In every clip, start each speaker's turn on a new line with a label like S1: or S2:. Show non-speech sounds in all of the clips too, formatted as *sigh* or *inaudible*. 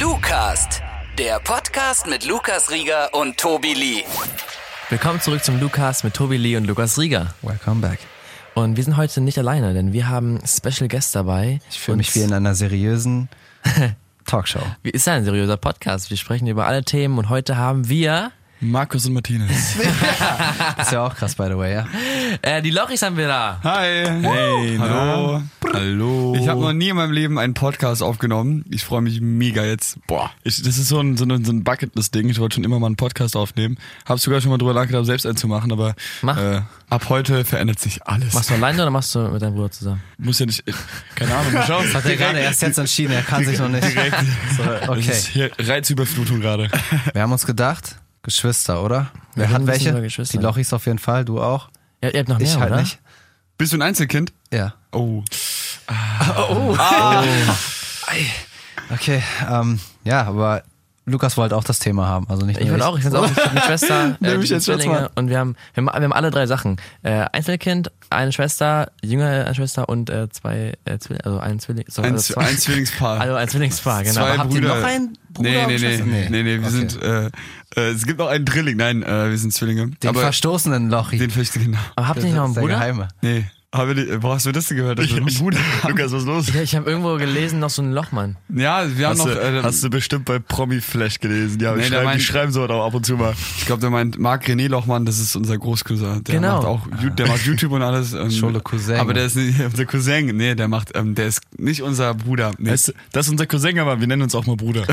S1: Lucast, der Podcast mit Lukas Rieger und Tobi Lee.
S2: Willkommen zurück zum Lukas mit Tobi Lee und Lukas Rieger.
S3: Welcome back.
S2: Und wir sind heute nicht alleine, denn wir haben Special Guest dabei.
S3: Ich fühle mich wie in
S2: *laughs*
S3: einer seriösen Talkshow.
S2: Wie ist ja ein seriöser Podcast? Wir sprechen über alle Themen und heute haben wir
S4: Markus und Martinez.
S3: Ist ja auch krass, by the way, ja.
S2: äh, die Lochis haben wir da.
S4: *laughs* Hi. Hey, hallo.
S3: Hallo.
S4: Ich habe noch nie in meinem Leben einen Podcast aufgenommen. Ich freue mich mega jetzt. Boah, ich, das ist so ein, so ein, so ein Bucketlist-Ding. Ich wollte schon immer mal einen Podcast aufnehmen. Hab sogar schon mal drüber nachgedacht, selbst einen zu machen, aber
S2: Mach.
S4: Äh, ab heute verändert sich alles.
S2: Machst du alleine oder machst du mit deinem Bruder zusammen?
S4: Muss ja nicht. äh, Keine *laughs* Ahnung, mal schauen.
S3: Hat er gerade erst jetzt entschieden, er kann sich noch nicht.
S2: *laughs*
S3: So,
S4: Das ist
S3: okay.
S4: hier Reizüberflutung gerade.
S3: Wir haben uns gedacht, Geschwister, oder? Wer
S2: reden ein
S3: hat
S2: bisschen über
S3: welche? Die
S2: Geschwister.
S3: Lochis auf jeden Fall, du auch.
S2: Ja, ihr habt noch mehr,
S3: Ich halt
S2: oder?
S3: nicht.
S4: Bist du ein Einzelkind?
S3: Ja.
S4: Oh.
S3: Okay, ähm, ja, aber Lukas wollte auch das Thema haben, also nicht
S2: Ich
S3: nur
S2: wollte auch, ich
S3: *laughs*
S2: finde auch, ich habe eine Schwester, äh,
S4: Nehm ich
S2: die
S4: jetzt schon
S2: Zwillinge
S4: mal.
S2: und wir haben, wir haben, wir haben alle drei Sachen. Äh, Einzelkind, eine Schwester, jüngere Schwester und äh, zwei äh, Zwillinge, also ein Zwilling, so,
S4: Ein,
S2: also
S4: Z-
S2: zwei,
S4: ein
S2: *laughs*
S4: Zwillingspaar.
S2: also ein Zwillingspaar, genau.
S4: Zwei
S2: Aber habt ihr
S4: Brüder.
S2: noch einen?
S4: nee,
S3: Bruder
S4: nee,
S3: und
S4: nee,
S3: Schwester?
S4: nee,
S3: Nee.
S4: nee, wir
S3: Okay.
S4: sind, äh, äh, es gibt noch einen Drilling, nein, äh, wir sind Zwillinge.
S3: Den
S4: aber
S3: verstoßenen Lochi.
S4: den vielleicht, genau.
S2: Aber habt ihr nicht noch einen
S3: der
S2: Bruder?
S3: Geheime.
S4: Nee. Aber die, wo hast du das denn gehört? Also, Ich, ich, Lukas, was ist los?
S2: Ja, ich habe irgendwo gelesen, noch so einen Lochmann.
S4: Ja, wir haben
S5: Hast,
S4: noch.
S5: du,
S4: äh,
S5: hast du bestimmt bei Promi Flash gelesen. Ja,
S4: Nee,
S5: nee,
S4: der
S5: schreiben,
S4: meint-
S5: die schreiben sowas auch ab und zu mal.
S4: ich glaube, der meint Marc René Lochmann, das ist unser Großcousin. Der
S2: Genau.
S4: macht auch Ju- der macht YouTube und alles. Ähm,
S3: Schule Cousin.
S4: Aber der ist nicht *laughs* unser Cousin. Nee, der macht, ähm, der ist nicht unser Bruder. Nee.
S5: Weißt du, das ist unser Cousin, aber wir nennen uns auch
S4: *laughs*
S5: mal Bruder.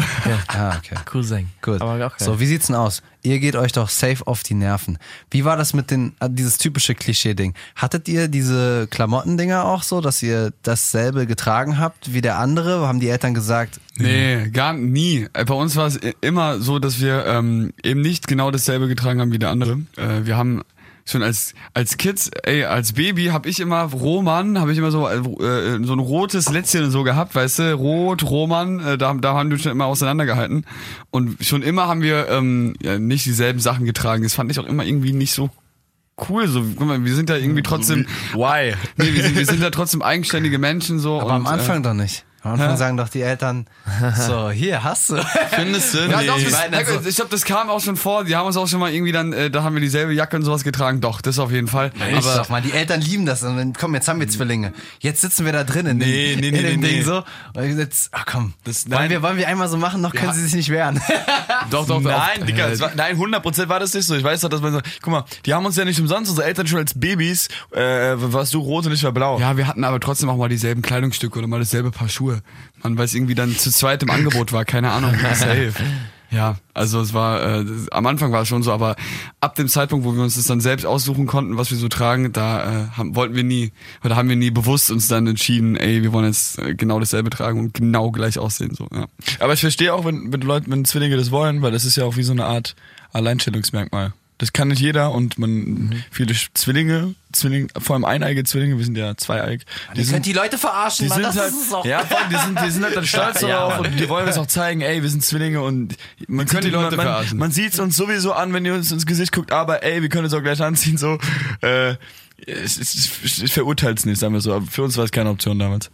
S3: Ah, okay.
S2: Cousin.
S3: Gut.
S2: Aber auch geil.
S3: So, wie sieht's denn aus? Ihr geht euch doch safe auf die Nerven. Wie war das mit den, ah, dieses typische Klischee-Ding? Hattet ihr diese Klamottendinger auch so, dass ihr dasselbe getragen habt wie der andere? Haben die Eltern gesagt,
S4: Nee, gar nie. Äh, Bei uns war es i- immer so, dass wir ähm, eben nicht genau dasselbe getragen haben wie der andere. Äh, wir haben schon als als Kids, ey, als Baby habe ich immer Roman, habe ich immer so äh, so ein rotes Lätzchen und so gehabt, weißt du, rot Roman, äh, da da haben wir schon immer auseinandergehalten und schon immer haben wir ähm, ja, nicht dieselben Sachen getragen. Das fand ich auch immer irgendwie nicht so cool so guck mal, wir sind da irgendwie trotzdem
S5: Why?
S4: nee, wir, sind, wir sind da trotzdem eigenständige Menschen so
S3: aber "Oh, am
S4: und, äh,
S3: Anfang doch nicht. Am Anfang sagen doch die
S5: *laughs*
S3: Eltern, so, hier hast du.
S5: Findest
S3: *laughs*
S5: du?
S4: Ja,
S5: nee.
S4: doch, das,
S3: Nein, also-
S4: na gut, ich glaube, das kam auch schon vor. Die haben uns auch schon mal irgendwie dann, äh, da haben wir dieselbe Jacke und sowas getragen. Doch, das auf jeden Fall.
S3: Aber
S4: Aber
S3: sag mal, die Eltern lieben das. Und dann, komm, jetzt haben wir Zwillinge. Jetzt sitzen wir da drin in dem,
S5: Nee, nee, nee,
S3: in dem
S5: nee,
S3: Ding
S5: nee.
S3: so. Und jetzt, ach komm,
S5: Das-
S3: wollen
S5: nein.
S3: wir, wollen wir einmal so machen, noch können sie sich nicht
S5: *laughs*
S3: wehren.
S4: doch, doch, doch.
S5: Nein, Digga,
S4: Äh,
S5: das war, nein, 100% war das nicht so. Ich weiß doch, dass man so, guck mal, die haben uns ja nicht umsonst, unsere Eltern schon als Babys, äh, warst du rot und ich war blau.
S4: ja, wir hatten aber trotzdem auch mal dieselben Kleidungsstücke oder mal dasselbe Paar Schuhe. Man, weil es irgendwie dann zu zweit im Angebot war. Keine Ahnung.
S5: *laughs*
S4: Safe. Ja, also es war, äh, das- am Anfang war es schon so, aber ab dem Zeitpunkt, wo wir uns das dann selbst aussuchen konnten, was wir so tragen, da äh, haben, wollten wir nie, oder haben wir nie bewusst uns dann entschieden, ey, wir wollen jetzt äh, genau dasselbe tragen und genau gleich aussehen. So, ja.
S5: Aber ich verstehe auch, wenn, wenn Leute, wenn Zwillinge das wollen, weil das ist ja auch wie so eine Art Alleinstellungsmerkmal. Das kann nicht jeder und man,
S4: Mhm.
S5: viele Sch- Zwillinge, Zwilling, vor allem eineige Zwillinge, wir sind ja zweieig. Die
S3: Ihr
S5: sind-
S3: könnt die Leute verarschen,
S5: die
S3: Mann,
S5: sind
S3: das
S5: halt,
S3: ist es auch.
S5: ja, vor allem, die sind, die
S3: *laughs*
S5: sind halt dann stolz
S2: Ja,
S5: darauf
S2: Mann.
S5: und die wollen uns auch zeigen, ey, wir sind Zwillinge und man
S4: können die
S5: man-
S4: Leute
S5: man,
S4: verarschen.
S5: Man sieht's uns sowieso an, wenn ihr uns ins Gesicht guckt, aber ey, wir können uns auch gleich anziehen, so, äh, es, es, es, es verurteilt's nicht, sagen wir so, aber für uns war es keine Option damals.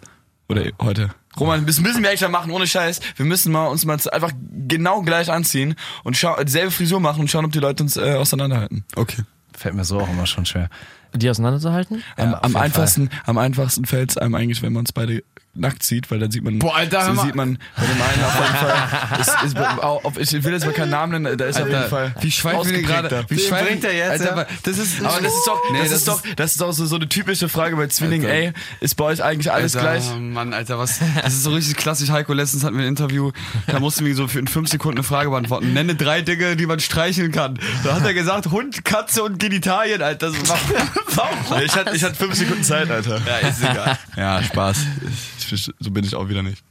S5: Oder heute. Roman, das müssen wir echt mal machen, ohne Scheiß. Wir müssen mal uns mal einfach genau gleich anziehen und schau, dieselbe Frisur machen und schauen, ob die Leute uns äh, auseinanderhalten.
S4: Okay.
S3: Fällt mir so auch immer schon schwer.
S2: die auseinanderzuhalten?
S3: Ja,
S5: Am,
S3: auf
S5: am
S3: jeden Fall.
S5: einfachsten, am einfachsten fällt's einem eigentlich, wenn man uns beide nackt sieht, weil dann sieht man,
S4: Boah, Alter, hör
S5: so
S4: mal.
S5: sieht man bei dem einen auf jeden Fall, ist, ist, au- auf, ich will jetzt mal keinen Namen nennen, da ist auf jeden Fall
S4: Wie schweifen wir denn gerade?
S5: ausgeprägter.
S4: Wie
S3: Den
S4: schweifen-
S3: bringt er jetzt,
S4: Alter,
S3: ja?
S4: aber das ist,
S5: Aber das ist doch,
S4: Nee,
S5: das, ist doch, das ist auch so, so eine typische Frage bei Zwillingen,
S4: Alter.
S5: ey, ist bei euch eigentlich alles
S4: Alter,
S5: gleich?
S4: Mann, Alter, was? Das ist so richtig klassisch. Heiko, letztens hatten wir ein Interview, da mussten wir so für in fünf Sekunden eine Frage beantworten. Nenne drei Dinge, die man streicheln kann. Da hat er gesagt, Hund, Katze und Genitalien, Alter. Das war,
S5: *laughs*
S4: warum?
S5: Ich hatte, ich hatte fünf Sekunden Zeit, Alter.
S4: Ja, ist egal.
S5: Ja, Spaß. Ich- ich- So bin ich auch wieder nicht.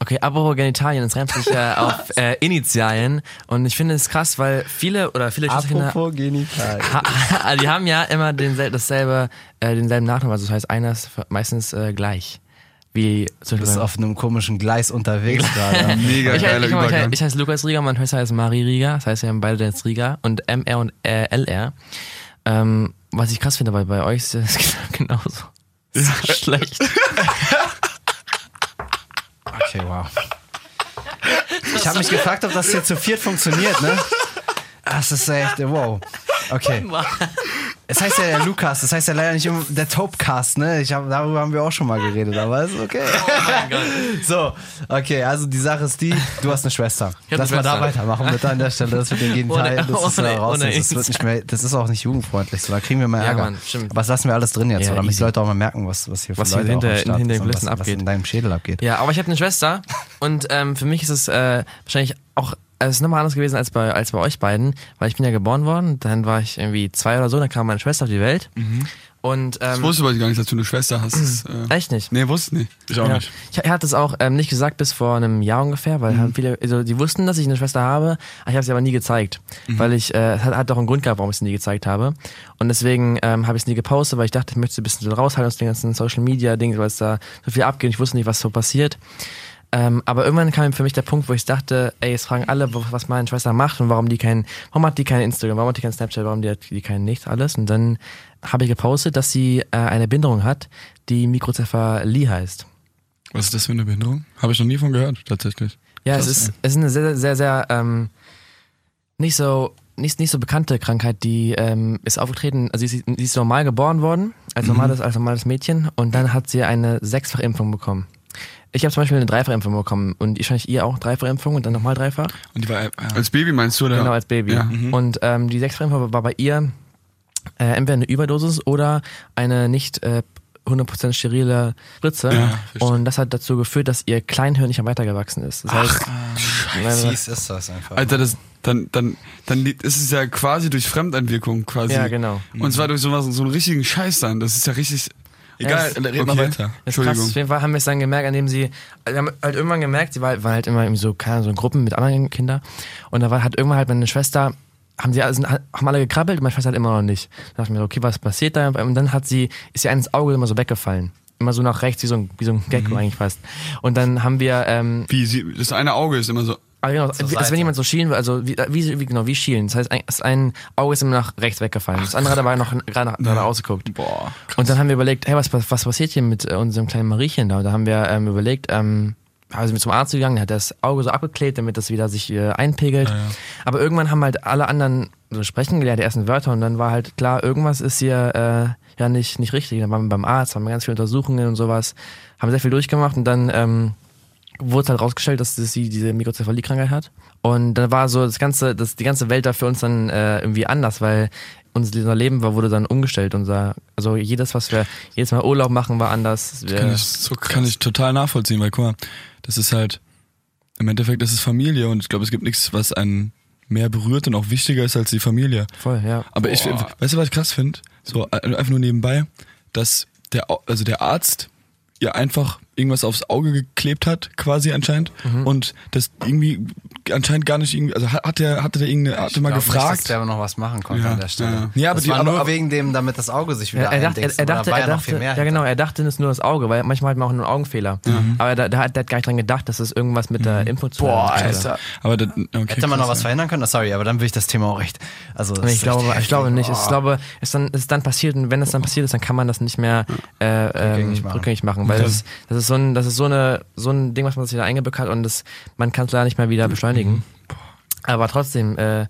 S2: Okay, apropos Genitalien, es reimt sich äh, auf äh, Initialien und ich finde es krass, weil viele oder viele Geschwisterkinder-
S3: genital.
S2: Ha- die haben ja immer denselben, dasselbe, äh, denselben Nachnamen, also das heißt, einer ist meistens äh, gleich. Wie zum
S3: Du bist
S2: Beispiel.
S3: auf einem komischen Gleis unterwegs gerade.
S4: Mega
S2: ich,
S4: geiler
S2: ich, ich,
S4: Übergang.
S2: ich, ich heiße Lukas Rieger, meine Schwester heißt Marie Rieger, das heißt, wir haben beide jetzt Rieger und MR und äh, LR. Ähm, was ich krass finde, weil bei euch ist es *laughs* genau- genauso. So schlecht.
S3: Okay, wow. Ich habe mich gefragt, ob das hier zu viert funktioniert, ne? Das ist echt, wow. Okay. Es heißt ja der Lukas, das heißt ja leider nicht um- der Topecast, ne? Ich hab, darüber haben wir auch schon mal geredet, aber ist okay. So, okay, also die Sache ist die, du hast eine Schwester.
S2: hab
S3: Lass
S2: eine
S3: mal da
S2: Schwester.
S3: weitermachen bitte an der Stelle, dass wir den jeden
S2: Ohne-
S3: Teil, das ist,
S2: ohne-
S3: da raus,
S2: ohne
S3: das, wird
S2: Insta.
S3: nicht mehr, das ist auch nicht jugendfreundlich, so, da kriegen wir mal
S2: Ja,
S3: Ärger.
S2: Mann, stimmt.
S3: aber das lassen wir alles drin jetzt,
S2: Ja,
S3: oder? damit die
S2: easy.
S3: Leute auch mal merken, was, was hier für
S2: Was hier
S3: Leute
S2: hinter-
S3: auch am Start
S2: hinter den
S3: sind und
S2: Kulissen
S3: was, was in
S2: abgeht.
S3: deinem Schädel abgeht.
S2: Ja, aber ich habe eine Schwester und ähm, für mich ist es äh, wahrscheinlich auch also es ist nochmal anders gewesen als bei, als bei euch beiden, weil ich bin ja geboren worden, dann war ich irgendwie zwei oder so, dann kam meine Schwester auf die Welt und
S4: Ich
S2: ähm,
S4: wusste aber gar nicht, dass du eine Schwester hast.
S5: *clears throat*
S4: Das, äh,
S2: echt nicht.
S4: nee, wusste nicht.
S5: Ich auch
S2: Ja.
S5: nicht.
S2: Ich, er hat das auch ähm, nicht gesagt bis vor einem Jahr ungefähr, weil haben viele, also die wussten, dass ich eine Schwester habe, aber ich habe sie aber nie gezeigt, weil ich, äh, es hat, hat auch einen Grund gehabt, warum ich sie nie gezeigt habe und deswegen ähm, habe ich es nie gepostet, weil ich dachte, ich möchte sie ein bisschen raushalten aus den ganzen Social Media Ding, weil es da so viel abgeht, und ich wusste nicht, was so passiert. Ähm, aber irgendwann kam für mich der Punkt, wo ich dachte, ey, jetzt fragen alle, wo- was meine Schwester macht und warum die kein, warum hat die kein Instagram, warum hat die kein Snapchat, warum die hat die kein nichts alles. Und dann habe ich gepostet, dass sie äh, eine Behinderung hat, die Mikrozephalie heißt.
S4: Was ist das für eine Behinderung? Habe ich noch nie von gehört, tatsächlich.
S2: Ja, es
S4: Krass,
S2: ist,
S4: ey.
S2: es ist eine sehr, sehr, sehr ähm, nicht so nicht, nicht so bekannte Krankheit, die ähm, ist aufgetreten, also sie ist, sie ist normal geboren worden,
S4: Mhm.
S2: als normales, als normales Mädchen und dann hat sie eine Sechsfachimpfung bekommen. Ich habe zum Beispiel eine Dreifachimpfung bekommen und wahrscheinlich ihr auch Dreifachimpfung und dann nochmal dreifach.
S5: Und die
S4: äh,
S5: war, ja.
S4: Als Baby meinst du, oder?
S2: Genau, als Baby.
S4: Ja. mhm.
S2: Und ähm, die Sechsfachimpfung war bei ihr äh, entweder eine Überdosis oder eine nicht äh, 100% sterile Spritze.
S4: Ja, verstehe.
S2: und das hat dazu geführt, dass ihr Kleinhirn nicht mehr weitergewachsen ist. Das heißt, Scheiße.
S3: Fies ist das
S2: Also
S3: einfach.
S4: Alter, das, dann, dann, dann liegt, ist es ja quasi durch Fremdeinwirkung quasi.
S2: Ja, genau.
S4: Und zwar durch sowas, so einen richtigen Scheiß dann. Das ist ja richtig.
S5: Egal,
S2: Ja,
S5: red mal
S4: okay.
S5: weiter.
S2: Das ist krass.
S4: Entschuldigung.
S2: Auf jeden Fall haben wir es dann gemerkt, an dem sie, also wir haben halt irgendwann gemerkt, sie war, waren halt immer irgendwie so, keine Ahnung, so in Gruppen mit anderen Kindern. Und da war halt irgendwann halt meine Schwester, haben sie alle- sind- haben alle gekrabbelt, meine Schwester hat immer noch nicht. Da dachte ich mir so, okay, was passiert da? Und dann hat sie, ist ihr eines Auge immer so weggefallen. Immer so nach rechts, wie so ein, wie so ein Gag eigentlich fast. Und dann haben wir, ähm,
S4: Wie, sie, das eine Auge ist immer so.
S2: ah, genau, wie- als
S3: Seite.
S2: wenn jemand so schielen würde, also wie, wie, wie, genau, wie schielen. Das heißt, ein, das ein Auge ist immer nach rechts weggefallen. Das andere hat aber noch gerade nach, geradeaus geguckt.
S4: Boah.
S2: Und dann haben wir überlegt, hey, was, was, was passiert hier mit äh, unserem kleinen Mariechen da? Und da haben wir ähm, überlegt, ähm, also sind wir zum Arzt gegangen, der hat das Auge so abgeklebt, damit das wieder sich äh, einpegelt. Aber irgendwann haben halt alle anderen so sprechen gelernt, die ersten Wörter, und dann war halt klar, irgendwas ist hier äh, ja nicht, nicht richtig. Dann waren wir beim Arzt, haben ganz viele Untersuchungen und sowas, haben sehr viel durchgemacht und dann ähm, wurde halt rausgestellt, dass das sie diese Mikrozephalie-Krankheit hat. Und dann war so das ganze, das, die ganze Welt da für uns dann äh, irgendwie anders, weil unser, unser Leben war, wurde dann umgestellt. Unser, also jedes, was wir jedes Mal Urlaub machen, war anders. Wir,
S4: Kann, ich, so kann ich total nachvollziehen, weil guck mal, das ist halt, im Endeffekt ist es Familie und ich glaube, es gibt nichts, was einen mehr berührt und auch wichtiger ist als die Familie.
S2: voll, ja.
S4: Aber ich,
S5: Boah.
S4: weißt du, was ich krass finde? So, äh, einfach nur nebenbei, dass der, Au- also der Arzt ihr einfach irgendwas aufs Auge geklebt hat, quasi anscheinend.
S3: Mhm.
S4: Und das irgendwie anscheinend gar nicht irgendwie, also hat hat der, hatte der irgendeine, hatte mal
S3: glaub Nicht, dass
S4: gefragt.
S3: der aber noch was machen konnte
S4: Ja,
S3: an der Stelle.
S4: ja. Ja, aber
S3: das
S4: die-
S3: war
S4: aber-
S3: nur wegen dem, damit das Auge sich wieder
S2: Er, er dachte, er,
S3: eindenkst,
S2: er
S3: aber da
S2: dachte,
S3: war
S2: er
S3: ja noch viel
S2: dachte,
S3: mehr
S2: ja
S3: hinter.
S2: genau, er dachte, das ist nur das Auge, weil manchmal hat man auch nur einen Augenfehler. Aber da, da, hat- der hat gar nicht dran gedacht, dass das irgendwas mit der Impfung zu tun hat.
S4: Aber das, okay,
S3: Hätte man noch
S4: krass,
S3: was verhindern können? Sorry, aber dann will ich das Thema auch recht. Also das
S2: Nee,
S3: ist
S2: ich glaube,
S3: echt
S2: ich glaube
S3: heftig.
S2: nicht. Ich
S3: Oh.
S2: glaube, es ist dann, es ist dann passiert und wenn das dann passiert ist, dann kann man das nicht mehr äh,
S3: Rückgängig
S2: rückgängig, ähm,
S3: machen.
S2: rückgängig machen, weil das, das ist so ein, das ist so eine, so ein Ding, was man sich da eingebückt hat und das, man kann es leider nicht mehr wieder beschleunigen. Aber trotzdem, äh,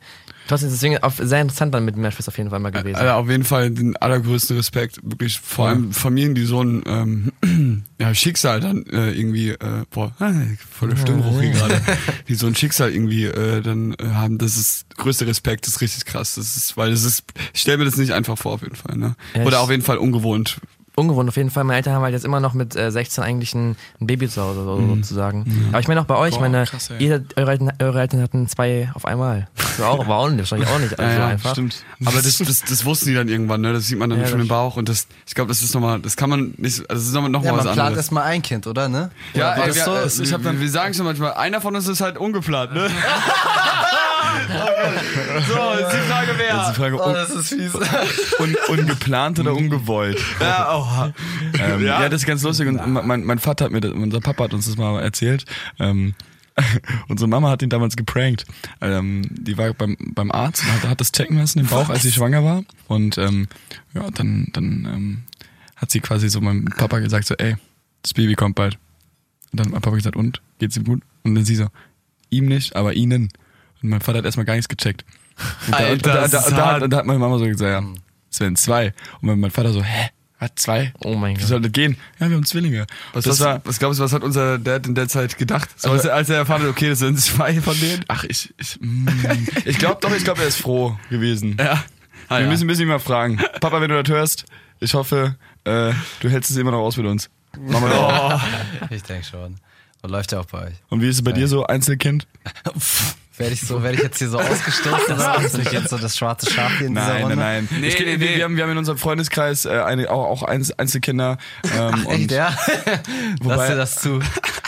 S2: trotzdem ist es deswegen auf, sehr interessant dann mit meiner Schwester auf jeden Fall mal gewesen.
S4: Also auf jeden Fall den allergrößten Respekt, wirklich vor allem Familien, die so ein ähm, *clears throat* ja, Schicksal dann äh, irgendwie, äh, boah, *laughs* voll der Stimmbruch hier
S2: *laughs*
S4: gerade, die so ein Schicksal irgendwie äh, dann äh, haben, das ist größter Respekt, das ist richtig krass, das ist, weil das ist, ich stelle mir das nicht einfach vor auf jeden Fall, ne?
S2: Ja, ich-
S4: Oder auf jeden Fall ungewohnt.
S2: ungewohnt auf jeden Fall. Meine Eltern haben halt jetzt immer noch mit äh, 16 eigentlich ein, ein Baby zu Hause so, sozusagen. Aber ich meine auch bei euch,
S4: Boah,
S2: meine,
S4: krass, ey.
S2: ihr, eure, Eltern, eure Eltern hatten zwei auf einmal. Das war auch, war auch nicht, wahrscheinlich auch nicht. Also so einfach.
S4: stimmt. *laughs* Aber das, das, das wussten die dann irgendwann, ne? Das sieht man dann
S2: Ja,
S4: schon
S2: das-
S4: im Bauch und das, ich glaube, das ist nochmal, das kann man nicht, also das ist nochmal noch
S3: Ja,
S4: mal was
S3: man plant
S4: anderes.
S3: erstmal ein Kind, oder? Ne?
S4: Ja,
S3: Oder war
S4: ey,
S3: das
S4: wir,
S3: so?
S4: ich hab dann, wir sagen schon manchmal, einer von uns ist halt ungeplant, *laughs* ne?
S5: So, ist die Frage wer?
S4: Das ist die Frage,
S3: Oh,
S4: un
S3: das ist fies.
S4: *laughs*
S5: Un ungeplant oder ungewollt?
S4: ja, oha. ähm,
S5: Ja.
S4: ja. das ist ganz lustig. Und mein, mein Vater hat mir, das, unser Papa hat uns das mal erzählt. Ähm, *laughs* unsere Mama hat ihn damals geprankt. Ähm, die war beim, beim Arzt und hat, hat das checken lassen im Bauch, als sie schwanger war. Und ähm, ja, dann, dann ähm, hat sie quasi so meinem Papa gesagt, so, ey, das Baby kommt bald. Und dann hat Papa gesagt, und? Geht's ihm gut? Und dann sie so,
S5: ihm nicht, aber ihnen. Und mein Vater hat erstmal gar nichts gecheckt. Und da,
S4: Alter,
S5: da, da,
S4: das
S5: da,
S4: ist
S5: da,
S4: hart.
S5: da, hat meine Mama so gesagt, ja, Sven, zwei. Und mein, mein Vater so, hä? Was, zwei?
S2: Oh mein
S5: Wie
S2: Gott.
S5: soll das gehen? Ja, wir haben Zwillinge.
S4: Was, was, was glaubst du, was hat unser Dad in der Zeit gedacht? So, als, er- als er erfahren hat, okay, das sind zwei von denen.
S5: Ach, ich, ich, mm, ich glaube doch, ich glaube, er ist froh gewesen.
S4: Ja.
S5: wir müssen, müssen ihn mal fragen. Papa, wenn du das hörst, ich hoffe, äh, du hältst es immer noch aus mit uns. Mama,
S3: *laughs* Ich denke schon. Und läuft ja auch bei euch.
S5: Und wie ist es bei dir so, Einzelkind?
S3: Werde ich, so, werd ich jetzt hier so ausgestoßen? *laughs* oder? Bin ich jetzt so das schwarze Schaf hier in dieser Runde?
S4: Nee,
S5: ich,
S4: nee,
S5: nee,
S4: nee.
S5: Wir, haben, wir haben in unserem Freundeskreis äh, eine, auch, auch Einz- Einzelkinder. Ähm,
S3: Echt, ja? Lass
S5: *laughs* Wobei-
S3: dir das zu.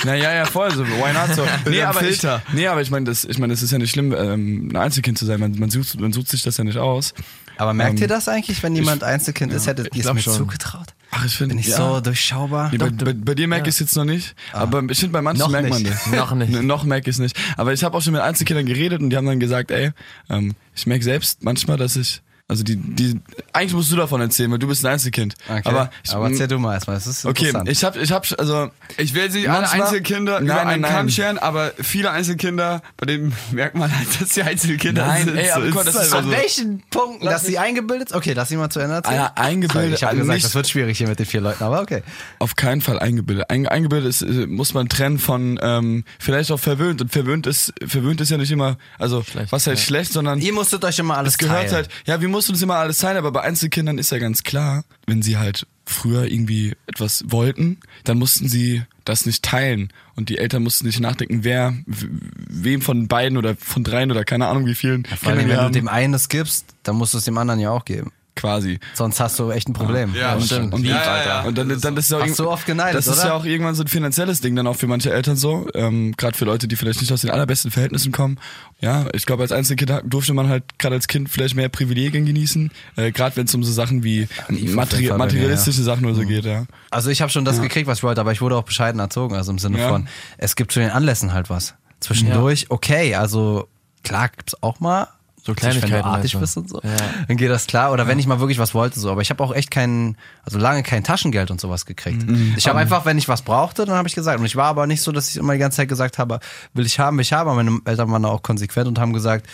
S5: Naja, ja, voll, so, why
S3: *laughs*
S5: not so. Nee,
S4: einem
S5: aber
S4: Filter.
S5: Ich, nee, aber ich meine, das, ich meine, das ist ja nicht schlimm, ähm, ein Einzelkind zu sein. Man, man, sucht, man sucht sich das ja nicht aus.
S3: Aber merkt
S5: Ähm,
S3: ihr das eigentlich, wenn jemand Einzelkind ist, hättet ihr es
S2: glaub
S3: mir
S2: schon.
S3: zugetraut?
S5: Ach, ich finde
S3: Bin ich so durchschaubar?
S5: Ja, bei, bei, bei dir merke ich es jetzt noch nicht, aber ich finde, bei manchen
S3: Ah. Noch
S5: merkt man
S3: nicht.
S5: das.
S2: Noch nicht.
S5: *laughs* N- Noch merke ich es nicht. Aber ich habe auch schon mit Einzelkindern geredet und die haben dann gesagt, ey, ähm, ich merke selbst manchmal, dass ich, also die, die, eigentlich musst du davon erzählen, weil du bist ein Einzelkind.
S3: Okay.
S5: Aber, ich,
S3: aber erzähl du mal erstmal, es ist
S5: okay,
S3: interessant.
S5: ich habe, ich habe, also
S4: Ich will jetzt nicht alle
S5: Manchmal-
S4: Einzelkinder
S5: Nein,
S4: über einen
S5: nein,
S4: Kamm
S5: nein.
S4: scheren, aber viele Einzelkinder, bei denen merkt man halt, dass sie Einzelkinder
S5: Nein,
S4: sind.
S5: ey, aber guck mal, das ist
S4: halt
S3: An welchen Punkten? Dass sie eingebildet Okay, lass sie mal zu Ende erzählen.
S5: Alter, Ah eingebildet,
S3: Sorry, ich habe gesagt,
S5: nicht-
S3: das wird schwierig hier mit den vier Leuten, aber okay.
S5: Auf keinen Fall eingebildet. Ein, eingebildet ist, äh, muss man trennen von ähm, vielleicht auch verwöhnt. Und verwöhnt ist, verwöhnt ist ja nicht immer, also was heißt schlecht, sondern
S3: Ihr musstet euch immer alles
S5: es gehört
S3: teilen.
S5: halt, ja, wir mussten uns immer alles teilen, aber bei Einzelkindern ist ja ganz klar, wenn sie halt früher irgendwie etwas wollten, dann mussten sie das nicht teilen. Und die Eltern mussten nicht nachdenken, wer, w- wem von beiden oder von dreien oder keine Ahnung wie vielen
S3: Vor allem,
S5: Kindern wir
S3: wenn du
S5: haben.
S3: dem einen das gibst, dann musst du es dem anderen ja auch geben.
S5: quasi.
S3: Sonst hast du echt ein Problem.
S4: Ja,
S3: Und-
S4: stimmt.
S5: Und,
S4: Ja,
S5: dann-
S4: ja, ja.
S5: und dann, dann ist es auch
S3: Hast
S5: irgend-
S3: du oft geneidet,
S5: Das ist
S3: oder?
S5: ja auch irgendwann so ein finanzielles Ding dann auch für manche Eltern so. Ähm, gerade für Leute, die vielleicht nicht aus den allerbesten Verhältnissen kommen. Ja, ich glaube, als Einzelkind hat- durfte man halt gerade als Kind vielleicht mehr Privilegien genießen. Äh, gerade wenn es um so Sachen
S3: jeden
S5: wie
S3: Fall
S5: materi
S3: bei mir,
S5: materialistische Sachen oder so geht, ja.
S3: Also ich habe schon das gekriegt, was ich wollte, aber ich wurde auch bescheiden erzogen. Also im Sinne
S5: Ja.
S3: von, es gibt zu den Anlässen halt was. Zwischendurch, okay, also klar gibt's auch mal. So
S2: Kleinigkeiten
S3: Wenn du artig
S2: halt
S3: bist
S2: so.
S3: und so.
S2: Ja.
S3: Dann geht das klar. Oder wenn ich mal wirklich was wollte, so. Aber ich habe auch echt keinen, also lange kein Taschengeld und sowas gekriegt. Ich habe einfach, wenn ich was brauchte, dann habe ich gesagt. Und ich war aber nicht so, dass ich immer die ganze Zeit gesagt habe, will ich haben, will ich haben. Aber meine Eltern waren da auch konsequent und haben gesagt,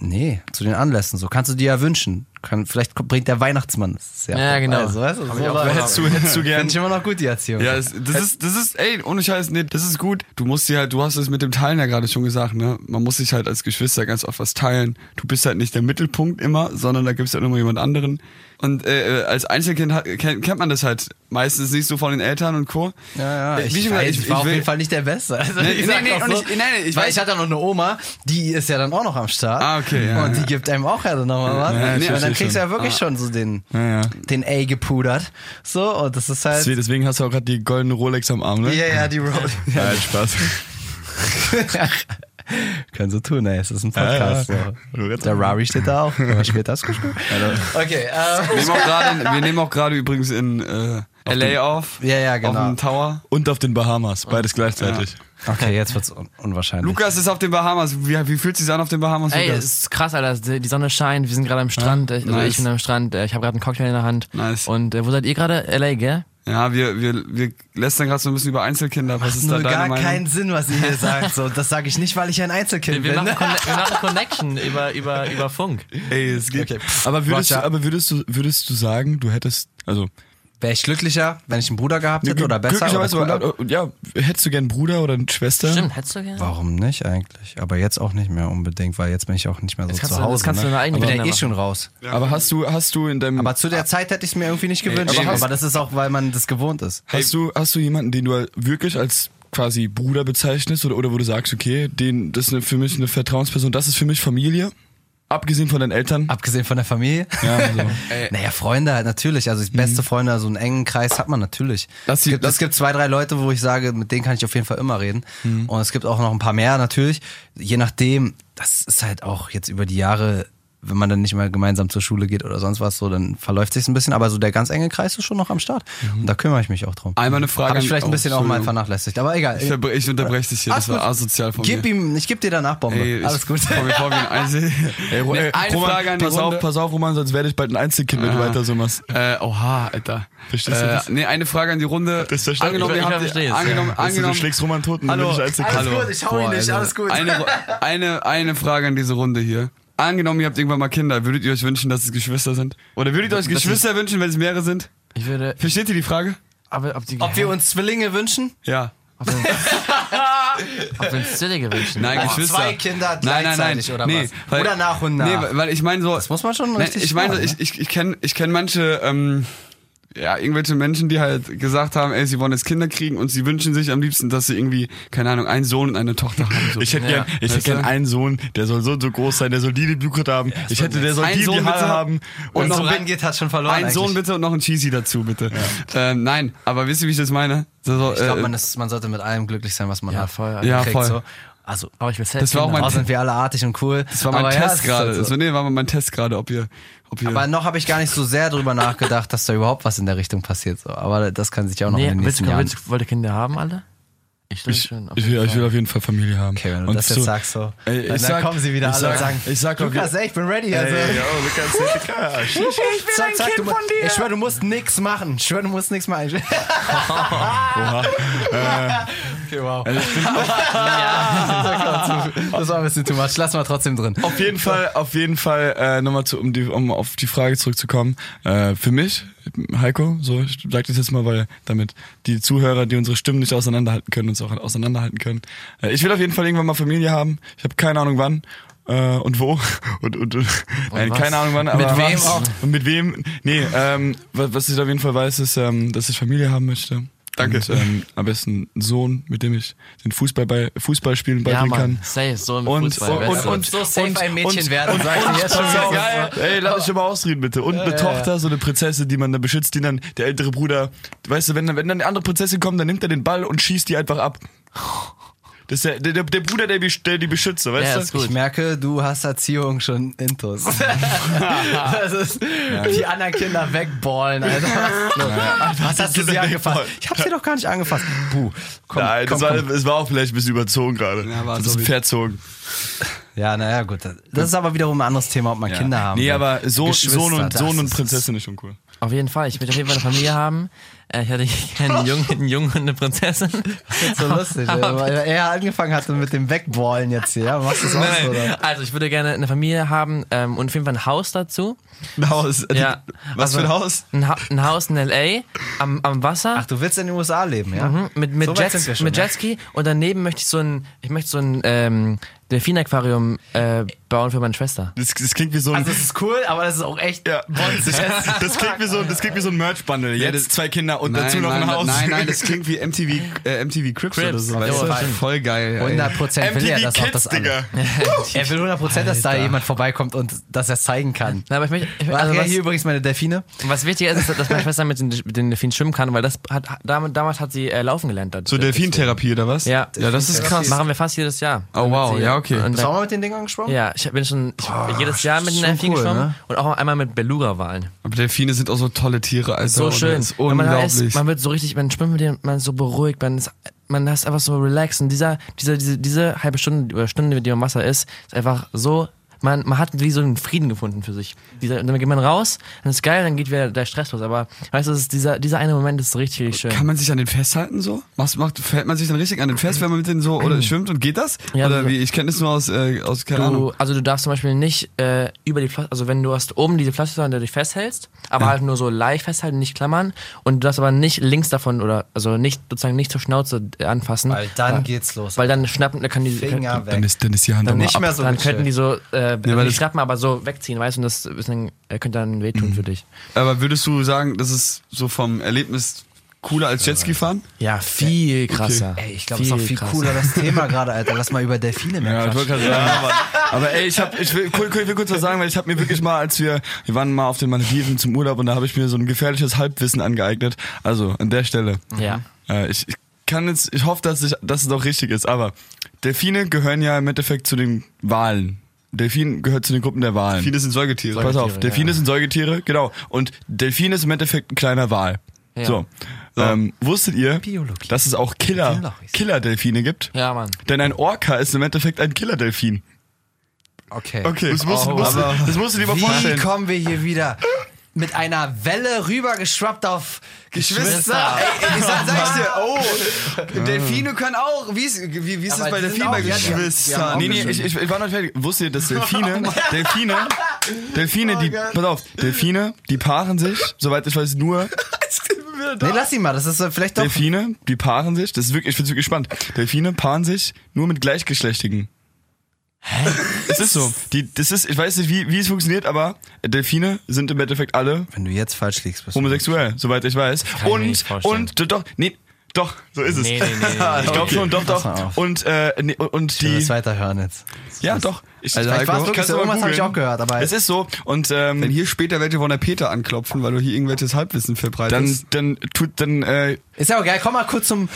S3: nee, zu den Anlässen, so kannst du dir ja wünschen. Kann, vielleicht bringt der Weihnachtsmann das ja.
S2: Ja, genau.
S3: Also, weißt du, so
S4: Hättest du, hättest du gern.
S3: Finde ich immer noch gut, die Erziehung.
S4: Ja, das,
S3: Äh,
S4: das ist, das ist, ey, ohne Scheiß, nee, das ist gut. Du musst dir halt, du hast es mit dem Teilen ja gerade schon gesagt, ne? Man muss sich halt als Geschwister ganz oft was teilen. Du bist halt nicht der Mittelpunkt immer, sondern da gibt's halt immer jemand anderen. Und äh, äh, als Einzelkind hat, kennt, kennt man das halt meistens nicht so von den Eltern und Co.
S3: Ja, ja,
S4: Äh,
S3: ich,
S4: wie schon
S3: weiß,
S4: gesagt,
S3: ich, war auf
S4: will-
S3: jeden Fall nicht der Beste. Also,
S4: Nee,
S3: ich
S4: nee,
S3: sag
S4: nee,
S3: auch
S4: und ich- nee, nee, ich
S3: weil
S4: weiß-
S3: ich hatte auch noch eine Oma, die ist ja dann auch noch am Start.
S4: Ah, okay, ja,
S3: und die
S4: ja.
S3: gibt einem auch ja dann nochmal was.
S4: Ja, ja, ich
S3: und dann
S4: verstehe
S3: kriegst du ja
S4: schon. Ah.
S3: wirklich schon so den,
S4: ja.
S3: den A gepudert. So, und das ist halt.
S5: Deswegen deswegen hast du auch gerade die goldene Rolex am Arm, ne?
S3: Ja, ja, die Road. *laughs*
S5: Nein, Spaß.
S3: Können so tun, ey. Es ist ein Podcast. So. Der Rari steht da auch. Aber später ist gut. Okay, ähm.
S4: Wir nehmen auch gerade- wir nehmen auch gerade übrigens in äh, LA auf.
S3: Ja, ja,
S4: Auf
S3: genau.
S4: dem Tower.
S5: Und auf den Bahamas, beides gleichzeitig.
S3: Okay, jetzt wird's un unwahrscheinlich.
S4: Lukas ist auf den Bahamas. Wie, wie fühlt sich an auf den Bahamas,
S2: Ey,
S4: Lukas?
S2: es ist krass, Alter. Die Sonne scheint, wir sind gerade am Strand. also
S4: nice.
S2: ich bin am Strand, äh, ich habe gerade einen Cocktail in der Hand.
S4: Nice.
S2: Und äh, wo seid ihr gerade? LA, gell?
S4: Ja, wir, wir, wir lästern gerade so ein bisschen über Einzelkinder. Was ist da
S3: Nur
S4: deine
S3: gar
S4: Meinung?
S3: keinen Sinn, was ihr hier sagt. So, das sage ich nicht, weil ich ein Einzelkind
S2: Wir
S3: bin. ne?
S2: machen, Conne- wir machen Connection über, über, über Funk.
S4: Ey, es geht.
S3: Okay.
S5: Aber, würdest,
S3: Roger.
S5: aber würdest, du, würdest du sagen, du hättest, also
S3: Wäre ich glücklicher, wenn ich einen Bruder gehabt hätte oder besser? Oder
S5: Glücklicherweise,
S3: cooler?
S5: aber, äh, ja, hättest du gern einen Bruder oder eine Schwester?
S2: *laughs* Stimmt, hättest du gerne?
S3: Warum nicht eigentlich? Aber jetzt auch nicht mehr unbedingt, weil jetzt bin ich auch nicht mehr so
S2: Das kannst
S3: zu
S2: du- das
S3: Hause.
S2: kannst du
S3: ne?
S2: deine eigene Ah.
S3: ich bin ja
S2: Kinder
S3: eh schon raus.
S5: Aber hast du, hast du in deinem,
S3: Aber zu der Zeit hätte ich es mir irgendwie nicht gewünscht.
S5: aber
S3: aber,
S5: hast-
S3: das ist auch, weil man das gewohnt ist.
S5: hast du, hast du jemanden, den du wirklich als quasi Bruder bezeichnest oder, oder wo du sagst, okay, den, das ist eine, für mich eine Vertrauensperson, das ist für mich Familie? Abgesehen von deinen Eltern?
S3: Abgesehen von der Familie.
S5: Ja,
S4: also.
S3: *laughs*
S5: so.
S3: naja, Freunde halt natürlich. Also
S4: Mhm.
S3: beste Freunde, so einen engen Kreis hat man natürlich.
S5: Lass
S3: es,
S5: die-
S3: gibt,
S5: lass-
S3: es gibt zwei, drei Leute, wo ich sage, mit denen kann ich auf jeden Fall immer reden.
S4: Mhm.
S3: Und es gibt auch noch ein paar mehr natürlich. Je nachdem, das ist halt auch jetzt über die Jahre wenn man dann nicht mal gemeinsam zur Schule geht oder sonst was so, dann verläuft sich ein bisschen. Aber so der ganz enge Kreis ist schon noch am Start. Und da kümmere ich mich auch drum.
S4: Mhm. Einmal eine Frage
S3: Habe ich
S4: an-
S3: vielleicht ein
S4: oh,
S3: bisschen auch mal
S4: Entschuldigung.
S3: vernachlässigt. Aber egal.
S4: Ich, verbre- ich unterbreche dich hier, das
S3: Ach,
S4: war
S3: gut.
S4: asozial von
S3: Gib
S4: mir.
S3: ihm, ich gebe dir danach Bombe.
S4: Ey,
S3: Alles
S4: ich-
S3: gut. *laughs*
S4: Komm, wir
S5: *laughs*
S4: brauchen einen Ey, Ro- ey,
S5: Eine
S4: Roman,
S5: Frage an die
S4: pass
S5: Runde.
S4: auf, pass
S5: Äh, auf, Roman, sonst werde ich bald ein Einzelkind,
S4: wenn du weiter
S5: so machst.
S4: Äh, oha, Alter.
S5: Verstehst du
S4: äh,
S5: das?
S4: Nee, eine Frage an die Runde.
S5: Das verstehe ich.
S4: angenommen,
S5: Ich
S4: ihr habt,
S2: verstehe es,
S4: angenommen, angenommen,
S5: Roman tot und
S4: Hallo. Hallo.
S3: hau ihn
S5: also
S3: nicht, alles gut.
S4: Eine, Ru- eine, eine Frage an diese Runde hier. Angenommen, ihr habt irgendwann mal Kinder, würdet ihr euch wünschen, dass es Geschwister sind? Oder würdet ihr euch Geschwister wünschen, wenn es mehrere sind?
S2: Ich würde.
S4: Versteht ihr die Frage?
S2: Aber ob die.
S3: Ob wir uns Zwillinge wünschen?
S4: Ja.
S2: Ob wir uns Zwillinge wünschen.
S4: Nein,
S3: Oh,
S4: Geschwister.
S3: zwei Kinder
S4: nein, nein, nein.
S3: gleichzeitig oder
S4: nee,
S3: was?
S4: Weil,
S3: Oder nach und nach?
S4: Nee, weil- weil ich meine so.
S3: Das muss man schon
S4: Nein,
S3: richtig ne?
S4: ich meine, so,
S3: sagen,
S4: ich, ich, ich kenne ich kenn manche, ähm, ja, irgendwelche Menschen, die halt gesagt haben, ey, sie wollen jetzt Kinder kriegen und sie wünschen sich am liebsten, dass sie irgendwie, keine Ahnung, einen Sohn und eine Tochter haben. So.
S5: Ich hätte
S2: Ja.
S5: gern, ich hätte
S4: Weißt du?
S5: gern einen Sohn, der soll so und so groß sein, der soll die die Blutgruppe haben. ich hätte, der soll
S4: Ein
S5: die
S4: Sohn
S5: die
S4: bitte.
S5: Haare haben.
S3: Wenn
S4: Und
S3: es
S4: noch
S3: so
S4: ein Bi-
S3: reingeht, hat schon verloren.
S4: Ein
S3: eigentlich.
S4: Sohn bitte und noch ein Cheesy dazu, bitte. Ähm, nein, aber wisst ihr, wie ich das meine? So,
S3: Ich glaube,
S4: äh,
S3: man, ist- man sollte mit allem glücklich sein, was man
S2: Ja,
S3: hat.
S2: voll, Alter.
S4: Ja, voll.
S3: So. Also,
S2: Aber ich will safe
S4: Das war auch
S2: Kinder.
S4: mein-
S3: auch sind wir alle artig und cool.
S4: das war mein
S3: aber ja, es
S4: Test
S3: ist
S4: gerade.
S3: halt
S4: Das
S3: So.
S4: war- Nee, war mein Test gerade, ob ihr. Ob ihr
S3: Aber noch habe ich gar nicht so sehr drüber nachgedacht, dass da überhaupt was in der Richtung passiert. So. Aber das kann sich ja auch noch
S2: Nee,
S3: in den
S2: willst,
S3: nächsten
S2: du-
S3: Jahren.
S2: willst, wollt ihr Kinder haben, alle? Ich, ich, schon.
S5: Ich will, ich will auf jeden Fall Familie haben.
S3: Okay, wenn du
S5: Und
S3: das jetzt sagst, so,
S5: Ey, ich
S3: dann,
S5: sag-
S3: kommen sie wieder
S5: ich
S3: alle
S5: sag-
S3: und sagen,
S5: ich sag auf
S3: Lukas, ey, ich bin ready. Also,
S5: Ey, yo, Lukas,
S3: *laughs*
S5: klar.
S3: zack, zack, du, mu- Ich schwör, du musst nix machen. Ich schwör, du musst nix machen. okay, *laughs* wow. das war ein bisschen too much. Lass mal trotzdem drin.
S5: Auf jeden Fall, auf jeden Fall, äh, nochmal zu, um, die, um auf die Frage zurückzukommen. Äh, für mich, Heiko, so, ich sag das jetzt mal, weil damit die Zuhörer, die unsere Stimmen nicht auseinanderhalten können, uns auch auseinanderhalten können. Äh, ich will auf jeden Fall irgendwann mal Familie haben. Ich habe keine Ahnung wann. Äh, und wo? *laughs* Und, und, und nein,
S2: was?
S5: keine Ahnung wann, aber
S3: wem auch?
S5: Und mit wem? Nee, ähm, was, was ich auf jeden Fall weiß, ist, ähm, dass ich Familie haben möchte. Danke. Und, ähm, am besten einen Sohn, mit dem ich den Fußball bei,
S2: ja,
S5: Fußballspielen beibringen kann.
S2: Mann, safe, so im
S5: Und-
S2: Fußball.
S5: und-
S2: weißt du.
S5: und-
S3: so safe ein Mädchen
S5: und-
S3: werden, sag ich dir jetzt schon.
S5: Pass auf,
S3: Das ist-
S5: Ey, lass mich schon mal ausreden, bitte. Und eine Tochter, so eine Prinzessin, die man dann beschützt, die dann der ältere Bruder, weißt du, wenn, dann- wenn dann eine andere Prinzessin kommt, dann nimmt er den Ball und schießt die einfach ab. Das ist der, der, der Bruder, der, besch- der die beschützt, so, weißt
S2: Ja,
S5: du?
S2: ist gut.
S3: Ich merke, du hast Erziehung schon intus. *laughs* das ist, die anderen Kinder wegballen, Alter. Was, was hast du sie
S5: Kinder
S3: angefasst?
S5: wegballen.
S3: Ich hab sie doch gar nicht angefasst. Buh. Komm,
S5: Nein,
S3: komm,
S5: das war,
S3: komm.
S5: es war auch vielleicht ein bisschen überzogen gerade.
S4: Ja, war
S5: ein
S4: so
S5: bisschen
S4: wie-
S5: verzogen.
S3: Ja, naja, gut. Das ist aber wiederum ein anderes Thema, ob man Kinder haben
S5: Nee,
S3: will.
S5: aber so,
S3: Geschwister,
S5: Sohn und,
S3: das
S5: Sohn und
S3: ist-
S5: Prinzessin ist schon cool.
S2: Auf jeden Fall, ich möchte auf jeden Fall eine Familie haben. Äh, Ich hatte einen Jungen, einen Jungen und eine Prinzessin.
S3: *laughs* So
S2: *laughs*
S3: lustig, ey, weil er angefangen hatte mit dem Wegballen jetzt hier. Ja, machst du es auch so,
S2: Nein, nein.
S3: oder?
S2: Also ich würde gerne eine Familie haben ähm, und auf jeden Fall ein Haus dazu.
S5: Ein *laughs* Haus.
S2: Ja. also
S5: Was für ein Haus?
S2: Ein, ha ein Haus in L.A. am, am Wasser
S3: Ach, du willst in den USA leben, ja?
S2: mhm, mit, mit,
S3: so weit sind
S2: Jets,
S3: wir schon,
S2: mit
S3: ja.
S2: Jetski und daneben möchte ich so ein, ich möchte so ein ähm, Delfinaquarium äh, bauen für meine Schwester.
S5: Das, das klingt wie so ein.
S3: Also, es ist cool, aber das ist auch echt.
S5: ja. *laughs* das, das klingt wie so, das klingt wie so ein Merch-Bundle. Jetzt
S4: das-
S5: zwei Kinder und
S4: nein,
S5: dazu noch
S4: nein,
S5: ein Haus.
S4: Nein, nein,
S5: *laughs*
S4: das klingt wie MTV, äh, MTV Crips, oder so.
S2: auf
S4: weißt
S2: jeden
S4: du?
S2: Fall.
S4: Voll geil. ey.
S3: 100% will er
S5: MTV
S3: das auch, das *laughs*
S5: Kids, Digga.
S3: Er will 100%, dass da jemand vorbeikommt und dass er es zeigen kann.
S2: Na, aber ich möchte, ich-
S3: Also
S2: also
S3: Ach, ja,
S2: was,
S3: hier übrigens meine Delfine.
S2: was wichtiger ist, ist, dass meine Schwester mit den, mit den Delfinen schwimmen kann, weil das hat, hat damit, damals hat sie äh, laufen gelernt.
S4: So Delfintherapie oder was?
S2: Ja.
S4: Ja, das ist krass.
S2: Machen wir fast jedes Jahr.
S4: Oh, wow.
S2: Damit sie-
S4: Ja, okay.
S2: Und
S3: Bist du auch
S2: dann,
S3: mal mit den Dingern gesprochen?
S2: ja, ich bin schon ich, jedes Jahr mit den
S3: schon
S2: Delfinen
S3: cool,
S2: geschwommen
S3: ne?
S2: und auch einmal mit Beluga-Wahlen.
S4: Aber Delfine sind auch so tolle Tiere, also Alter.
S2: So
S4: und
S2: schön.
S4: das Ist
S2: Wenn man, da ist,
S4: unglaublich.
S2: man wird so richtig, man schwimmt mit dem, man ist so beruhigt, man ist, man ist einfach so relaxed. Und dieser, dieser, diese, diese halbe Stunde oder Stunde, die man im Wasser ist, ist einfach so, man, man hat wie so einen Frieden gefunden für sich. Dieser, und dann geht man raus, dann ist geil, dann geht wieder der Stress los. Aber weißt du, es ist dieser, dieser eine Moment ist richtig, richtig schön.
S4: Kann man sich an den festhalten so? Macht, macht, fällt man sich dann richtig an den fest, wenn man mit denen so oder schwimmt und geht das?
S2: Ja,
S4: oder
S2: also-
S4: wie? Ich kenne das nur aus, äh, aus keine Ahnung.
S2: Du, also du darfst zum Beispiel nicht äh, über die Pflaster, also wenn du hast oben diese Pflaster, an der du dich festhältst, aber halt nur so leicht festhalten, nicht klammern und du darfst aber nicht links davon oder also nicht sozusagen nicht zur Schnauze äh, anfassen.
S3: Weil dann geht's los.
S2: Weil dann schnappen, dann kann die
S3: Finger weg.
S4: Dann ist, dann ist die Hand
S2: dann
S4: aber
S3: nicht
S4: ab.
S3: mehr so
S2: Dann
S3: mit
S2: könnten die so äh,
S4: weil das-
S2: nicht schnappen, aber so wegziehen, weißt du, und das ist dann, äh, könnte dann
S3: Mhm.
S2: wehtun für dich.
S4: Aber würdest du sagen, das ist so vom Erlebnis cooler als Jetski fahren?
S2: Ja, viel krasser.
S3: Ey, ich glaube, es ist auch viel cooler das Thema gerade, Alter. Lass mal über Delfine mehr
S5: Ja, ich
S3: quatschen.
S5: wollte gerade sagen, Mann. aber ey, ich hab, ich will, cool, cool, ich will kurz was sagen, weil ich habe mir wirklich mal, als wir, wir waren mal auf den Malediven zum Urlaub und da habe ich mir so ein gefährliches Halbwissen angeeignet. Also an der Stelle.
S2: Ja.
S5: Äh, ich, ich kann jetzt, ich hoffe, dass ich, dass es auch richtig ist, aber Delfine gehören ja im Endeffekt zu den Walen. Delfin gehört zu den Gruppen der Wahlen.
S4: Viele sind Säugetiere.
S5: Pass auf, Delfine sind Säugetiere, genau. Und Delfin ist im Endeffekt ein kleiner Wal.
S2: Ja.
S5: So. Ähm, wusstet ihr,
S3: Biologie.
S5: dass es auch Killer,
S3: Biologie.
S5: Killer-Delfine gibt?
S2: Ja, Mann.
S5: Denn ein Orca ist im Endeffekt ein Killer-Delfin.
S3: Okay. Oh,
S5: Okay, das musst, du- musst, du- das musst du dir mal
S3: Wie
S5: vorstellen.
S3: kommen wir hier wieder mit einer Welle rübergeschwappt auf Geschwister?
S4: Ey, ey, sag, sag ich dir, oh, Delfine können auch. Wie ist, wie, wie ist das
S3: Aber
S4: bei
S3: die sind
S4: Delfinen
S3: auch-
S4: bei
S3: ja, die- die haben
S4: Geschwistern?
S3: auch
S5: Nee, nee, ich, ich, ich war noch nicht fertig. Wusstet ihr, dass Delfine, Delfine, Delfine, die, pass auf, Delfine, die paaren sich, soweit ich weiß, nur
S3: Nee, lass ihn mal, das ist äh, vielleicht doch.
S5: Delfine, die paaren sich, das ist wirklich, ich find's wirklich spannend. Delfine paaren sich nur mit Gleichgeschlechtigen. Hä? Es ist so. Die, das ist, ich weiß nicht, wie, wie es funktioniert, aber Delfine sind im Endeffekt alle
S3: Wenn du jetzt falsch liegst, bist du.
S5: homosexuell, soweit ich weiß.
S2: ich mir nicht
S5: und,
S2: vorstellen.
S5: und, doch, doch, nee, doch, so ist es.
S2: Nee, nee, nee, nee, nee.
S5: *laughs* Ich glaube
S3: Okay.
S5: schon, doch,
S3: Pass mal
S5: doch.
S3: auf.
S5: Und, äh, nee, und- und
S3: Ich will
S5: die,
S3: das weiterhören jetzt.
S5: ja, doch. Ich,
S4: Also,
S3: Vielleicht war's
S4: Alkohol-
S3: wirklich
S5: kannst
S3: so,
S5: du mal
S3: irgendwas habe ich
S5: googeln.
S3: auch gehört, aber
S5: es ist so. Und, ähm,
S4: Wenn hier später welche von der Peter anklopfen, weil du hier irgendwelches Halbwissen
S5: dann,
S4: verbreitest.
S5: dann tut, dann, äh,
S3: ist ja auch geil. Komm mal kurz zum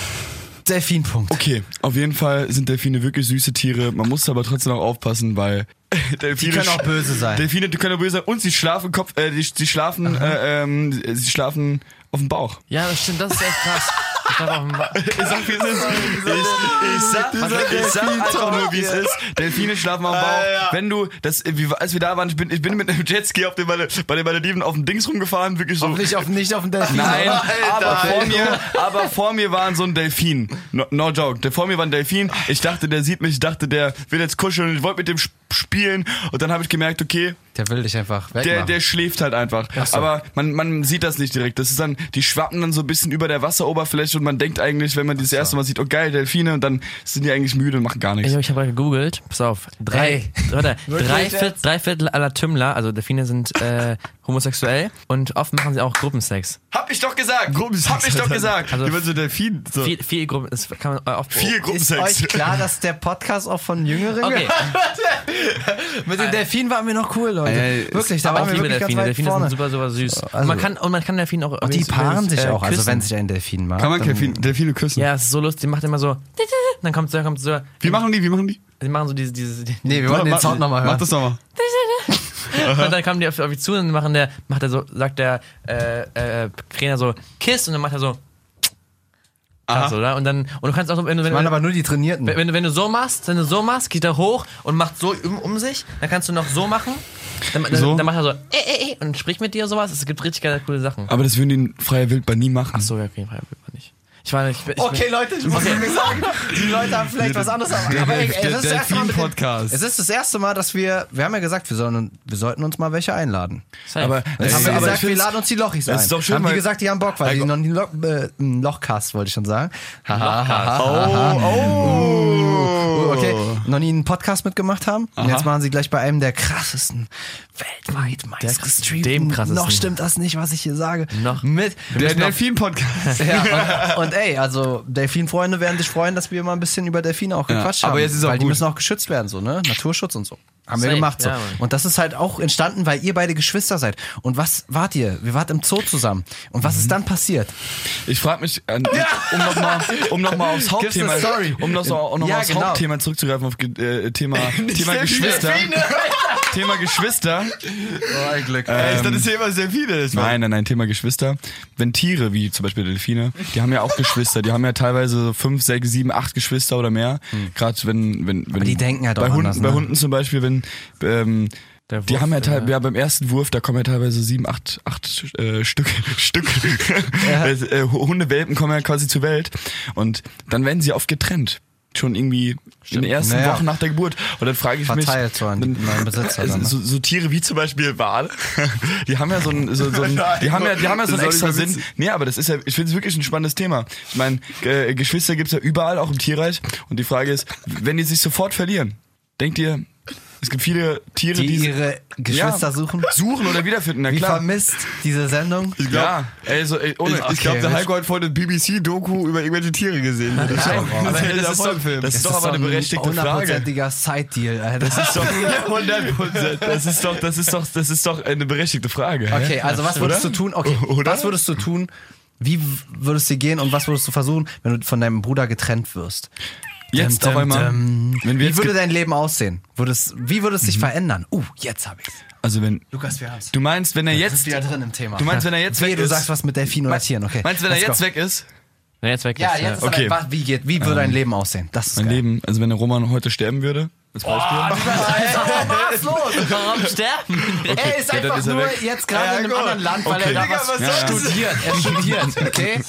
S3: Delfinpunkt.
S5: okay, auf jeden Fall sind Delfine wirklich süße Tiere. Man muss aber trotzdem auch aufpassen, weil *laughs* Delfine
S3: können auch böse sein.
S5: Delfine die können auch böse sein und sie schlafen Kopf, äh, die, sie schlafen, äh, ähm, sie schlafen auf dem Bauch.
S2: Ja, das stimmt, das ist echt krass. Ich glaub, auf dem Wa-
S5: Ich sag, wie es ist. Ich, ich sag, ich sag einfach nur, wie es ist. Delfine schlafen am Bauch. Wenn du, das, wie, als wir da waren, ich bin, ich bin mit einem Jetski auf den, Mal- bei den Malediven auf dem Dings rumgefahren, wirklich so.
S3: Nicht auf, nicht auf den Delfin.
S5: Nein,
S3: Alter.
S5: aber vor,
S3: *laughs*
S5: mir, aber vor mir war so ein Delfin. No, no joke. Der- Vor mir war ein Delfin. Ich dachte, der sieht mich. Ich dachte, der will jetzt kuscheln. Ich wollte mit dem sp- spielen. Und dann habe ich gemerkt, okay,
S3: Der will dich einfach
S5: der,
S3: wegmachen.
S5: der schläft halt einfach.
S3: so.
S5: Aber man, man sieht das nicht direkt. Das ist dann, die schwappen dann so ein bisschen über der Wasseroberfläche und man denkt eigentlich, wenn man die das erste Mal sieht, oh geil, Delfine, und dann sind die eigentlich müde und machen gar
S2: Ich
S5: nichts.
S2: habe hab gerade gegoogelt, pass auf, drei,
S3: *laughs*
S2: warte, drei,
S3: jetzt?
S2: Viertel, drei Viertel aller Tümmler, also Delfine sind äh, homosexuell und oft machen sie auch Gruppensex.
S5: Hab ich doch gesagt! Hab ich doch gesagt!
S2: Also
S4: Über so Delfin. So.
S2: viel, viel Gruppen, das kann man äh, oft
S5: Vier
S3: ist
S5: Gruppensex.
S3: euch klar, dass der Podcast auch von Jüngeren
S2: Okay,
S3: Mit den Delfinen waren wir noch cool, Leute.
S4: Ey,
S3: *laughs* wirklich, da
S2: äh, aber
S3: waren
S2: auch
S3: wir
S2: liebe
S3: wirklich
S2: Delfine,
S3: ganz weit
S2: Delfine
S3: vorne.
S2: sind super, Äh, super süß.
S3: Also-
S2: man kann, und man kann Delfine auch...
S3: Die paaren sich auch, also wenn
S2: sie
S3: sich ein Delfin mag.
S4: Kann man
S3: dann-
S4: Delfin, Delfine küssen?
S2: Ja, es ist so lustig, die macht immer so, *laughs* dann kommt so, dann kommt so,
S4: Wie machen die? Wie machen die?
S2: die machen so diese, diese, die-
S3: Nee, wir
S2: *laughs*
S3: wollen den Sound nochmal hören.
S4: Mach das nochmal.
S2: und dann kommen die auf, auf mich zu und machen der, macht er so, sagt der, äh, äh, Trainer so, Kiss und dann macht er so, krass, oder? Und dann, und du kannst auch, so, wenn du, wenn,
S3: Das waren aber nur die Trainierten.
S2: Wenn, wenn, du, wenn du so machst, wenn du so machst, geht er hoch und macht so um, um sich, dann kannst du noch so machen. Dann, dann,
S4: So?
S2: dann macht er so äh, äh, äh, und spricht mit dir und sowas. Es gibt richtig geile, coole Sachen.
S5: Aber das würden die in freier Wildbahn nie machen.
S2: So, ja, auf jeden Fall man nicht. Ich war nicht. Ich, bin- ich
S3: Okay, Leute, ich muss mir sagen, die Leute haben vielleicht was anderes. am- Aber ey, ey, das ist das erste Mal mit dem,
S4: Delfin-Podcast.
S3: es ist das erste Mal, dass wir, wir haben ja gesagt, wir, sollen, wir sollten uns mal welche einladen.
S2: Bin,
S5: Aber-
S3: Jetzt
S5: Ey,
S3: haben wir
S5: aber ich
S3: gesagt, wir
S5: find's-
S3: laden uns die Lochis ein.
S5: Das ist doch schön,
S3: haben die
S5: weil-
S3: gesagt, die haben Bock, weil die noch nie Lo äh, einen Lochcast, wollte ich schon sagen. Lochcast.
S5: Oh, oh.
S3: Okay, noch nie einen Podcast mitgemacht haben. Und jetzt machen sie gleich bei einem der krassesten, weltweit
S2: dem
S3: meistgestreamten.
S2: krassesten.
S3: Noch stimmt das nicht, was ich hier sage.
S2: Noch.
S3: Mit
S4: Der Delfin-Podcast.
S3: *laughs* Ja, und, und ey, also Delfinfreunde werden sich freuen, dass wir mal ein bisschen über Delfine auch gequatscht
S4: aber
S3: haben.
S4: jetzt ist auch
S3: weil die
S4: gut.
S3: müssen auch geschützt werden, so, ne? Naturschutz und so. Haben wir
S2: Safe,
S3: gemacht so.
S2: ja, Mann.
S3: und das ist halt auch entstanden, weil ihr beide Geschwister seid. Und was wart ihr? Wir wart im Zoo zusammen. Und was ist dann passiert?
S5: Ich frage mich, äh, um nochmal um noch mal aufs
S3: Gibt's eine
S5: Hauptthema,
S3: Story?
S5: um noch, so, auch noch
S3: Ja,
S5: mal aufs
S3: genau.
S5: Hauptthema zurückzugreifen auf Ge-
S3: *laughs*
S5: äh, Thema, Thema Geschwister. Thema Geschwister.
S3: Oh, ein Glück.
S5: Ähm,
S4: Das ist ja immer Delfine. das war-
S5: Nein, nein, nein, Thema Geschwister. Wenn Tiere, wie zum Beispiel Delfine, die haben ja auch Geschwister. Die haben ja teilweise so fünf, sechs, sieben, acht Geschwister oder mehr. Gerade wenn, wenn, wenn.
S3: Hm. die denken halt
S5: bei
S3: auch
S5: Hunden,
S3: anders,
S5: Bei
S3: ne?
S5: Hunden zum Beispiel, wenn. Ähm,
S2: Der Wurf,
S5: die haben ja, teil,
S2: äh,
S5: ja beim ersten Wurf, da kommen ja teilweise sieben, acht, acht äh, Stück, *laughs* Stück *laughs* äh, äh, Hundewelpen kommen ja quasi zur Welt und dann werden sie oft getrennt. Schon irgendwie in den ersten
S3: Naja.
S5: Wochen nach der Geburt. Und dann frage ich
S3: Verteilt
S5: mich.
S3: so an die neuen Besitzer dann, ne?
S5: Äh, also so, so Tiere wie zum Beispiel Wale, *laughs* die haben ja so ein, so,
S4: *laughs*
S5: so ein die haben ja, die haben ja so
S4: Das
S5: einen
S4: ist auch
S5: extra
S4: nicht mal
S5: Sinn. Nee, aber das ist ja, ich finde es wirklich ein spannendes Thema. Ich meine, äh, Geschwister gibt's ja überall, auch im Tierreich. Und die Frage ist, wenn die sich sofort verlieren, denkt ihr, es gibt viele Tiere,
S3: Die
S5: die
S3: ihre Geschwister
S5: Ja.
S3: suchen.
S5: suchen oder wiederfinden, na
S3: Wie
S5: klar.
S3: vermisst diese Sendung?
S5: Ich glaub, ja, ey, so, ey, ohne,
S4: Ich, ich
S5: ich glaub,
S4: glaube, der
S3: wir-
S4: Heiko hat vorhin eine BBC-Doku über irgendwelche Tiere gesehen. Das ist
S5: Nein, aber
S4: ein
S5: ey, das ist doch-
S4: Erfolgfilm.
S5: das ist doch aber eine berechtigte Frage.
S3: hundertprozentiger Äh, Side-Deal. Alter.
S5: Das ist *laughs* doch- Das ist doch, das ist doch, das ist doch eine berechtigte Frage. hä?
S3: Okay, also was würdest du tun? Okay,
S5: Oder?
S3: was würdest du tun? Wie w- würdest du dir gehen und was würdest du versuchen, wenn du von deinem Bruder getrennt wirst? ähm,
S5: Jetzt auf einmal. Wenn wir
S3: Wie
S5: jetzt
S3: würde
S5: ge- Mhm.
S3: dein Leben aussehen? Würde es, wie würde es sich verändern? Uh, jetzt habe ich's.
S5: also wenn
S3: Lukas, wir haben's.
S5: du meinst, wenn er
S3: bist
S5: jetzt
S3: wieder drin im Thema.
S5: Du meinst, wenn er jetzt
S3: Wehe,
S5: weg
S3: du
S5: ist?
S3: sagst was mit Delfinen oder Tieren, okay.
S5: meinst, wenn er
S3: Let's
S5: jetzt
S3: go.
S5: weg ist,
S2: Na, jetzt weg.
S3: Ja,
S2: ist,
S3: jetzt ist
S5: äh, Okay. Ähm,
S3: okay. was, wie, geht, wie würde dein Leben aussehen? Das ist
S5: mein
S3: geil.
S5: Leben, also wenn der Roman heute sterben würde, als Beispiel.
S3: Was los?
S2: Warum sterben?
S3: Er ist
S5: Ja, dann
S3: einfach
S5: ist er
S3: nur
S5: weg.
S3: jetzt gerade in einem anderen Land, weil er da
S5: Digga,
S3: was,
S5: was soll das?
S3: studiert. Er studiert, okay?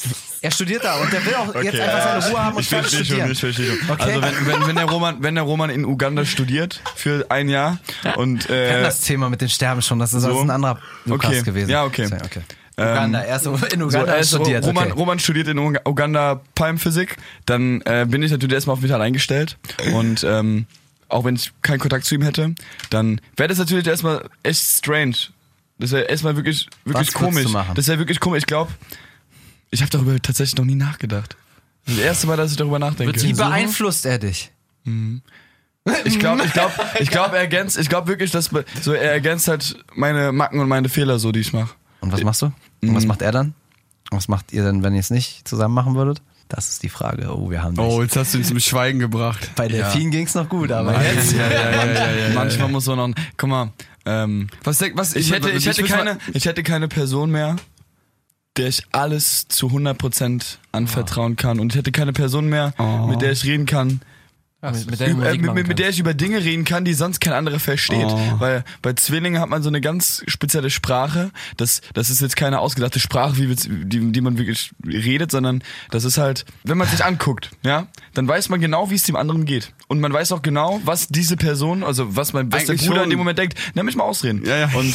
S3: Er studiert da und der will auch jetzt einfach seine Ruhe haben und
S5: ich
S3: fertig
S5: verstehe
S3: studieren.
S5: schon, ich verstehe schon.
S3: Okay.
S5: Also wenn, wenn, wenn, der Roman, wenn der Roman in Uganda studiert für ein Jahr und
S3: Wir hatten
S5: äh,
S3: das Thema mit den Sterben schon, das ist, das ist ein anderer Lukas
S5: Okay.
S3: gewesen.
S5: Ja, okay.
S3: Deswegen, okay.
S5: Ähm,
S3: Uganda, er ist in
S5: so,
S3: Uganda
S5: äh,
S3: und
S5: so,
S3: studiert.
S5: Roman,
S3: okay.
S5: Roman studiert in Uga- Uganda Palmphysik, dann äh, bin ich natürlich erstmal auf mich allein gestellt und ähm, auch wenn ich keinen Kontakt zu ihm hätte, dann wäre das natürlich erstmal echt strange. Das wäre erstmal wirklich, wirklich
S3: Was würdest du
S5: komisch.
S3: machen?
S5: Das wäre wirklich komisch. Ich glaube, ich habe darüber tatsächlich noch nie nachgedacht. Das erste Mal, dass ich darüber nachdenke.
S3: Wie beeinflusst er dich?
S5: Ich glaube, ich glaube, ich glaube, er ergänzt, ich glaube wirklich, dass be- so er ergänzt halt meine Macken und meine Fehler, so die ich mache.
S3: Und was machst du? Und
S5: mm.
S3: was macht er dann? Und was macht ihr denn, wenn ihr es nicht zusammen machen würdet? Das ist die Frage. Oh, wir haben dich.
S4: Oh, jetzt hast du ihn zum Schweigen gebracht.
S3: Bei Delfin ging's noch gut, aber jetzt.
S5: Ja, ja, ja, Manchmal muss man noch, guck mal, ähm,
S4: Was denk, was
S5: ich hätte,
S4: würd-
S5: ich hätte
S4: würd mal-
S5: keine, ich hätte keine Person mehr, der ich alles zu 100% anvertrauen kann und ich hätte keine Person mehr,
S4: Oh.
S5: mit der ich reden kann,
S2: Mit, mit,
S5: Üb-
S2: der
S5: äh, mit, mit, mit der ich über Dinge reden kann, die sonst kein anderer versteht.
S4: Oh.
S5: Weil bei Zwillingen hat man so eine ganz spezielle Sprache. Das, das ist jetzt keine ausgedachte Sprache, wie wir, z- die, die man wirklich redet, sondern das ist halt, wenn man sich anguckt, ja, dann weiß man genau, wie es dem anderen geht. Und man weiß auch genau, was diese Person, also was mein bester
S4: Eigentlich
S5: Bruder in
S4: schon.
S5: dem Moment denkt. Lass mich mal ausreden.
S4: Ja, ja.
S5: Und,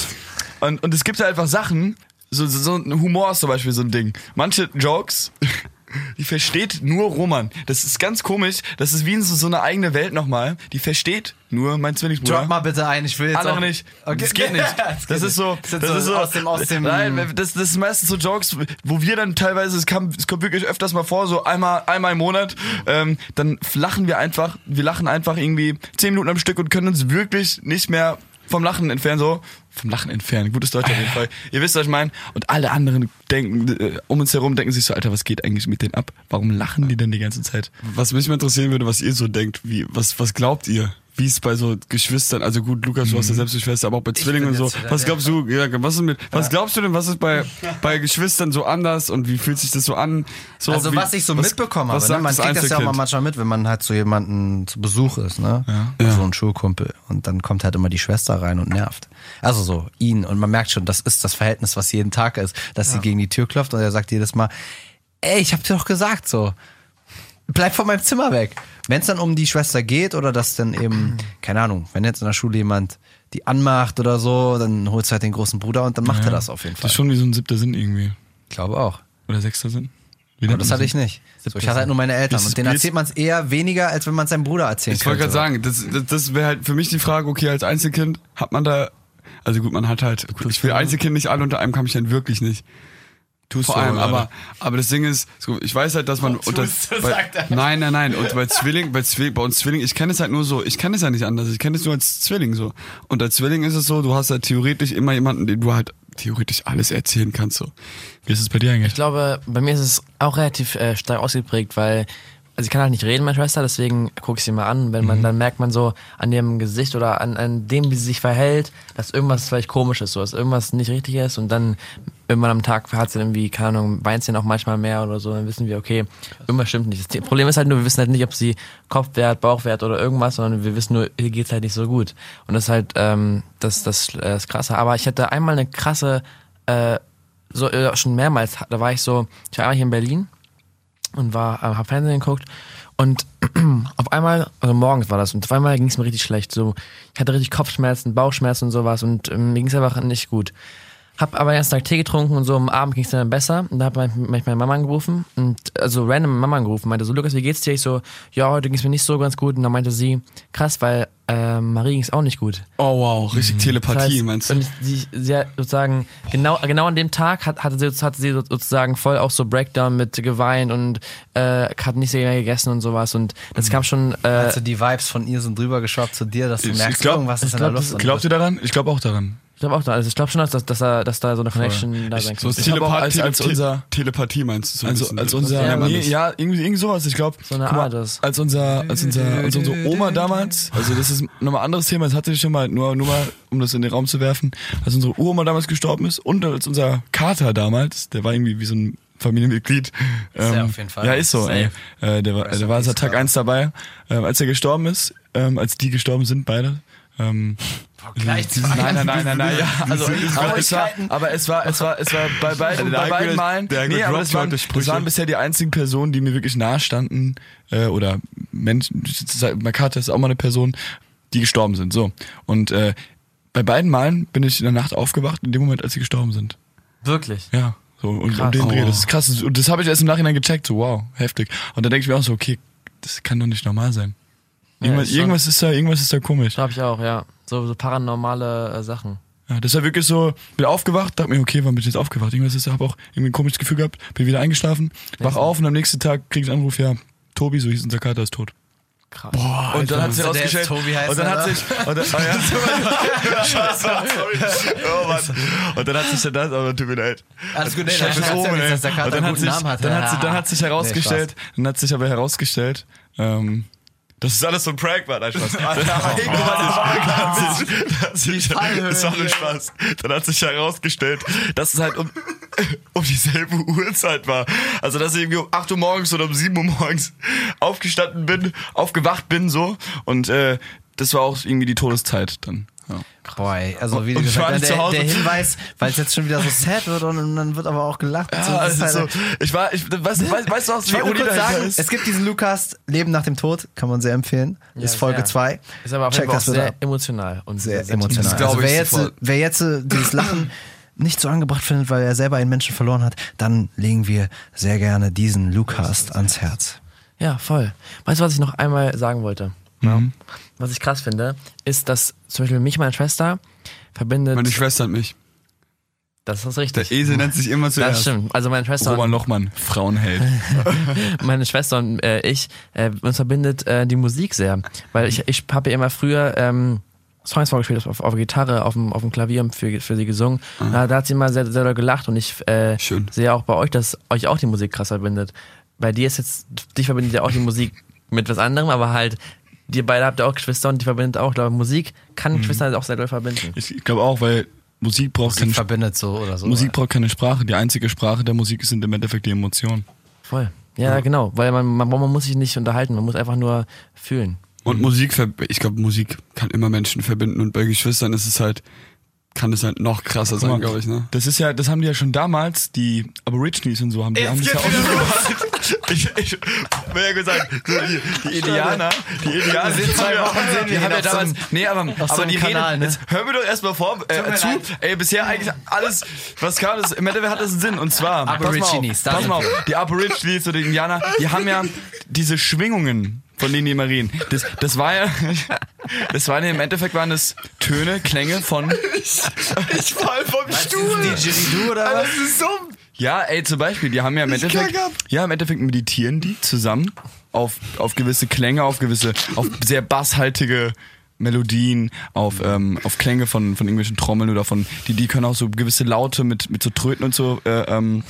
S5: und, und es gibt halt einfach Sachen, so, so, so ein Humor ist zum Beispiel so ein Ding. Manche Jokes, *laughs* die versteht nur Roman. Das ist ganz komisch. Das ist wie in so, so eine eigene Welt nochmal. Die versteht nur mein Zwillingsbruder.
S3: Drop mal bitte ein, ich will jetzt.
S5: Andere
S3: auch,
S5: nicht.
S3: Okay.
S5: Das geht nicht. Das,
S3: geht
S5: ist so.
S3: *laughs* Das, ist so aus dem. Aus dem
S4: Hm.
S5: Nein, das, das sind meistens so Jokes, wo wir dann teilweise, es, kam, es kommt wirklich öfters mal vor, so einmal, einmal im Monat, ähm, dann lachen wir einfach, wir lachen einfach irgendwie zehn Minuten am Stück und können uns wirklich nicht mehr vom Lachen entfernen, so. Vom Lachen entfernen, gutes Deutsch auf jeden
S4: *laughs*
S5: Fall. Ihr wisst, was ich meine. Und alle anderen denken, äh, um uns herum denken sich so, Alter, was geht eigentlich mit denen ab? Warum lachen die denn die ganze Zeit?
S4: Was mich mal interessieren würde, was ihr so denkt, wie, was, was glaubt ihr? Wie es bei so Geschwistern, also gut, Lukas, du hast ja
S5: Mhm.
S4: selbst eine Schwester, aber auch bei Zwillingen und so. Was glaubst du, ja, was ist mit, was glaubst du denn, was ist bei, bei Geschwistern so anders und wie fühlt sich das so an? So,
S3: also
S4: wie,
S3: was ich so mitbekommen
S4: was
S3: habe, ne?
S4: sagt
S3: man
S4: das
S3: kriegt das ja auch mal
S4: Einzelkind?
S3: manchmal mit, wenn man halt zu jemandem zu Besuch ist, ne? Ja. So ein Schulkumpel. Und dann kommt halt immer die Schwester rein und nervt. Also so, ihn. Und man merkt schon, das ist das Verhältnis, was jeden Tag ist, dass sie gegen die Tür klopft und er sagt jedes Mal, ey, ich hab dir doch gesagt, so, bleib von meinem Zimmer weg. Wenn es dann um die Schwester geht oder dass dann eben, *clears throat* keine Ahnung, wenn jetzt in der Schule jemand die anmacht oder so, dann holst du halt den großen Bruder und dann macht er das auf jeden Fall.
S5: Das ist schon wie so ein siebter Sinn irgendwie.
S3: Ich glaube auch.
S5: Oder sechster Sinn. Wie
S3: Aber
S5: nennt
S3: das
S5: man
S3: hatte ich nicht. So, ich hatte halt nur meine Eltern.
S4: Wie ist-
S3: Und denen
S4: wie ist-
S3: erzählt man es eher weniger, als wenn man es seinem Bruder erzählt.
S4: Ich wollte gerade sagen, das, das, das wäre halt für mich die Frage, okay, als Einzelkind hat man da, also gut, man hat halt, ich will Einzelkind nicht alle unter einem Kamm stellen, wirklich nicht.
S5: ne? Tust
S4: Vor
S5: du,
S4: allem,
S5: oder?
S4: aber, aber das Ding ist, so, ich weiß halt, dass man. unter, bei, Nein, nein, nein. Und bei Zwilling, bei, Zwilling, bei uns Zwilling, ich kenne es halt nur so, ich kenne es ja nicht anders. Ich kenne es nur als Zwilling so. Und als Zwilling ist es so, du hast halt theoretisch immer jemanden, dem du halt theoretisch alles erzählen kannst. So.
S5: Wie ist es bei dir eigentlich?
S2: Ich glaube, bei mir ist es auch relativ äh, stark ausgeprägt, weil also ich kann halt nicht reden, meine Schwester, deswegen gucke ich sie mal an. Wenn man, dann merkt man so an ihrem Gesicht oder an, an dem, wie sie sich verhält, dass irgendwas vielleicht komisch ist, so, dass irgendwas nicht richtig ist und dann irgendwann am Tag hat sie irgendwie, keine Ahnung, weint sie dann auch manchmal mehr oder so, dann wissen wir, okay, irgendwas stimmt nicht. Das The- Problem ist halt nur, wir wissen halt nicht, ob sie Kopfwert, Bauchwert oder irgendwas, sondern wir wissen nur, ihr geht's halt nicht so gut. Und das ist halt ähm, das, das, äh, das Krasse. Aber ich hatte einmal eine krasse äh, so äh, schon mehrmals, da war ich so, ich war einmal hier in Berlin und war, äh, hab Fernsehen geguckt und *clears throat* auf einmal, also morgens war das und auf einmal ging es mir richtig schlecht. So, ich hatte richtig Kopfschmerzen, Bauchschmerzen und sowas und ähm, mir ging es einfach nicht gut. Hab aber den ganzen Tag Tee getrunken und so am Abend ging es dann besser. Und da hat mein- mich meine Mama angerufen und also random Mama angerufen, meinte so, Lukas, wie geht's dir? Ich so, ja, heute ging es mir nicht so ganz gut. Und dann meinte sie, krass, weil äh, Marie ging es auch nicht gut.
S4: Oh wow, richtig
S5: Hm.
S2: Das
S4: Telepathie,
S2: heißt,
S4: meinst
S2: Und
S4: du?
S2: ich, die, sie hat sozusagen, genau, genau an dem Tag hat, hatte, sie, hatte sie sozusagen voll auch so Breakdown mit geweint und äh, hat nicht sehr mehr gegessen und sowas. Und das kam schon. Äh,
S3: Also die Vibes von ihr sind drüber geschwappt zu dir, dass du merkst,
S5: glaub-
S3: irgendwas ist in der Luft.
S5: Glaubt ihr daran? Ich glaube auch daran.
S2: Ich glaube auch da. Also ich glaube schon, dass, dass, da, dass da so eine Connection da sein
S4: So
S2: kann.
S4: ist
S5: Ich glaub auch,
S4: Telepath-
S5: als- als
S4: Tele-
S5: unser-
S4: Telepathie meinst du so ein
S5: Also
S4: bisschen.
S5: als unser
S2: Ja,
S5: ja,
S2: Mann,
S5: nee,
S4: das-
S5: ja irgendwie, irgendwie sowas, ich glaube.
S2: So eine Art ist.
S5: Als unser als unser als unsere Oma damals, also das ist nochmal ein anderes Thema, das hatte ich schon mal nur nur mal um das in den Raum zu werfen, als unsere Uroma damals gestorben ist und als unser Kater damals, der war irgendwie wie so ein Familienmitglied. Ähm,
S3: ja auf jeden Fall.
S5: Ja, ist so,
S3: Safe.
S5: ey. Äh, der war,
S3: Rest
S5: der
S3: in
S5: war seit
S3: peace,
S5: Tag
S3: Kater.
S5: eins dabei, ähm, als er gestorben ist, ähm, als die gestorben sind beide. Ähm,
S3: Gleich zwei.
S5: Nein, nein, nein, nein,
S3: *laughs*
S5: nein. Ja, also, aber, es war,
S3: Neuigkeiten.
S5: aber es war, es war, es war
S4: *laughs*
S5: bei beiden,
S4: Also Der
S5: bei
S4: Alkohol-
S5: beiden Malen.
S4: der Alkohol
S5: Nee, aber
S4: droppt
S5: es waren,
S4: heute
S5: es
S4: Sprüche.
S5: waren bisher die einzigen Personen, die mir wirklich nahe standen, äh, oder Menschen, Makata ist auch mal eine Person, die gestorben sind. So. Und äh, bei beiden Malen bin ich in der Nacht aufgewacht, in dem Moment, als sie gestorben sind.
S2: Wirklich.
S5: Ja. So, und
S2: Krass.
S5: um den
S4: Oh.
S5: Dreh. Das ist krass. Das- Und das habe ich erst im Nachhinein gecheckt. So, wow, heftig. Und da denke ich mir auch so, okay, das kann doch nicht normal sein. Irgendwas,
S2: ist schon-
S5: irgendwas ist da, irgendwas ist da komisch.
S2: Glaube ich auch, ja. So, so paranormale äh, Sachen.
S5: Ja, das war wirklich so, bin aufgewacht, dachte mir, okay, wann bin ich jetzt aufgewacht? Irgendwas ist, hab auch irgendwie ein komisches Gefühl gehabt, bin wieder eingeschlafen, wach auf und am nächsten Tag krieg ich einen Anruf, ja, Tobi, so hieß unser Kater, ist tot.
S2: Krass.
S5: Boah, und dann hat sich
S3: Müsste Also der jetzt
S5: rausgestellt,
S3: Tobi heißen,
S5: und dann hat
S3: oder?
S5: sich,
S3: *laughs*
S5: und dann, *laughs* oh, ja. Scheiße, *laughs* sorry. Oh Mann. Und dann hat sich das, aber tut mir leid.
S3: Alles gut, nee,
S5: Scheiß
S3: nein,
S5: Omen,
S3: jetzt,
S5: ey.
S3: dass der Kater
S5: Und dann
S3: einen
S5: hat
S3: guten
S5: sich-
S3: Namen hat.
S5: Dann hat, sich- dann hat sich
S3: Nee,
S5: herausgestellt, dann hat sich aber herausgestellt, ähm, dass es alles so ein Prank war, nein,
S3: *laughs* Oh,
S5: Spaß. Das ist das war nur Spaß. Dann hat sich herausgestellt, dass es halt um, *laughs* um dieselbe Uhrzeit war. Also, dass ich irgendwie um 8 Uhr morgens oder um 7 Uhr morgens aufgestanden bin, aufgewacht bin, so. Und äh, das war auch irgendwie die Todeszeit dann. Ja.
S3: Boah, ey, also wie
S5: Und ich
S3: gesagt,
S5: war
S3: der,
S5: nicht zu
S3: der
S5: Hause.
S3: Hinweis, weil es jetzt schon
S5: *laughs*
S3: wieder so sad wird und, und dann wird aber auch gelacht.
S5: Ja,
S3: So, das
S5: also
S3: ist
S5: so,
S3: halt-
S5: ich war, ich, weißt, weißt, weißt du, was
S3: Ich wollte nur kurz sagen,
S5: ist?
S3: es gibt diesen Lukas Leben nach dem Tod, kann man sehr empfehlen. ist Folge
S2: sehr.
S3: 2.
S2: Ist aber auf
S3: Check
S2: jeden Fall auch
S3: das bitte.
S2: sehr emotional. Und
S3: Sehr,
S2: sentimental.
S3: emotional.
S5: Das glaub
S3: Also
S5: ich
S3: wer, jetzt,
S5: sofort.
S3: wer jetzt äh, *coughs* dieses Lachen nicht so angebracht findet, weil er selber einen Menschen verloren hat, dann legen wir sehr gerne diesen Lukas ans Herz.
S2: Ja, voll. Weißt du, was ich noch einmal sagen wollte? Was ich krass finde, ist, dass zum Beispiel mich, meine Schwester, verbindet.
S4: Meine Schwester und mich.
S2: das ist
S4: Der
S2: richtig.
S4: Esel nennt sich immer zuerst.
S2: Das stimmt. Also meine
S5: Oh,
S2: Schwester,
S4: Roman Lochmann, Frauenheld.
S2: und, meine Schwester und äh, ich, äh, uns verbindet äh, die Musik sehr. Weil ich, ich habe ihr immer früher ähm, Songs vorgespielt auf, auf Gitarre, auf dem, auf dem Klavier und für, für sie gesungen. Da, da hat sie immer sehr, sehr doll gelacht und ich äh,
S4: Schön.
S2: sehe auch bei euch, dass euch auch die Musik krass verbindet. Bei dir ist jetzt, dich verbindet ja auch die Musik mit was anderem, aber halt, ihr beide habt ja auch Geschwister und die verbindet auch. Ich glaube, Musik kann Geschwister halt auch sehr doll verbinden.
S5: Ich glaube auch, weil Musik braucht keine Sprache.
S3: verbindet so oder so.
S5: Musik braucht keine Sprache. Die einzige Sprache der Musik sind im Endeffekt die Emotionen.
S2: Voll. Ja, genau, weil man, man, man muss sich nicht unterhalten, man muss einfach nur fühlen.
S4: Und Musik, ver- ich glaube, Musik kann immer Menschen verbinden und bei Geschwistern ist es halt, kann es halt noch krasser sein, glaube ich, ne?
S5: Das ist ja, das haben die ja schon damals, die Aborigines und so haben die haben das ja auch
S4: ich, ich will ja gesagt,
S5: die Indianer, die Indianer
S3: sind zwei Wochen sehen wir
S5: die haben
S3: ihn
S5: ja
S3: auf
S5: damals,
S3: so einem-
S5: nee, aber,
S3: auf so
S5: aber
S3: einem
S5: die
S3: Kanal,
S5: reden,
S3: ne?
S5: jetzt hör mir doch erstmal vor, äh, zu, ey, bisher eigentlich alles, was kam, das, im Endeffekt hat das einen Sinn, und zwar,
S3: Aborigines, da
S5: pass
S3: sind
S5: mal auf, pass mal auf, die Aborigines oder die Indianer, die haben ja diese Schwingungen, von denen die immer reden, das, das war ja, *laughs* das waren ja im Endeffekt waren das Töne, Klänge von,
S4: ich fall vom Stuhl.
S3: Didgeridoo
S5: Also
S3: oder was?
S4: Das ist so.
S5: Ja, ey, zum Beispiel, die haben ja im Endeffekt,
S4: kack ab.
S5: ja, im Endeffekt meditieren die zusammen auf, auf gewisse Klänge, auf gewisse, auf sehr basshaltige Melodien, auf, ähm, auf Klänge von, von irgendwelchen Trommeln oder von, die, die können auch so gewisse Laute mit, mit so Tröten und so, äh, ähm,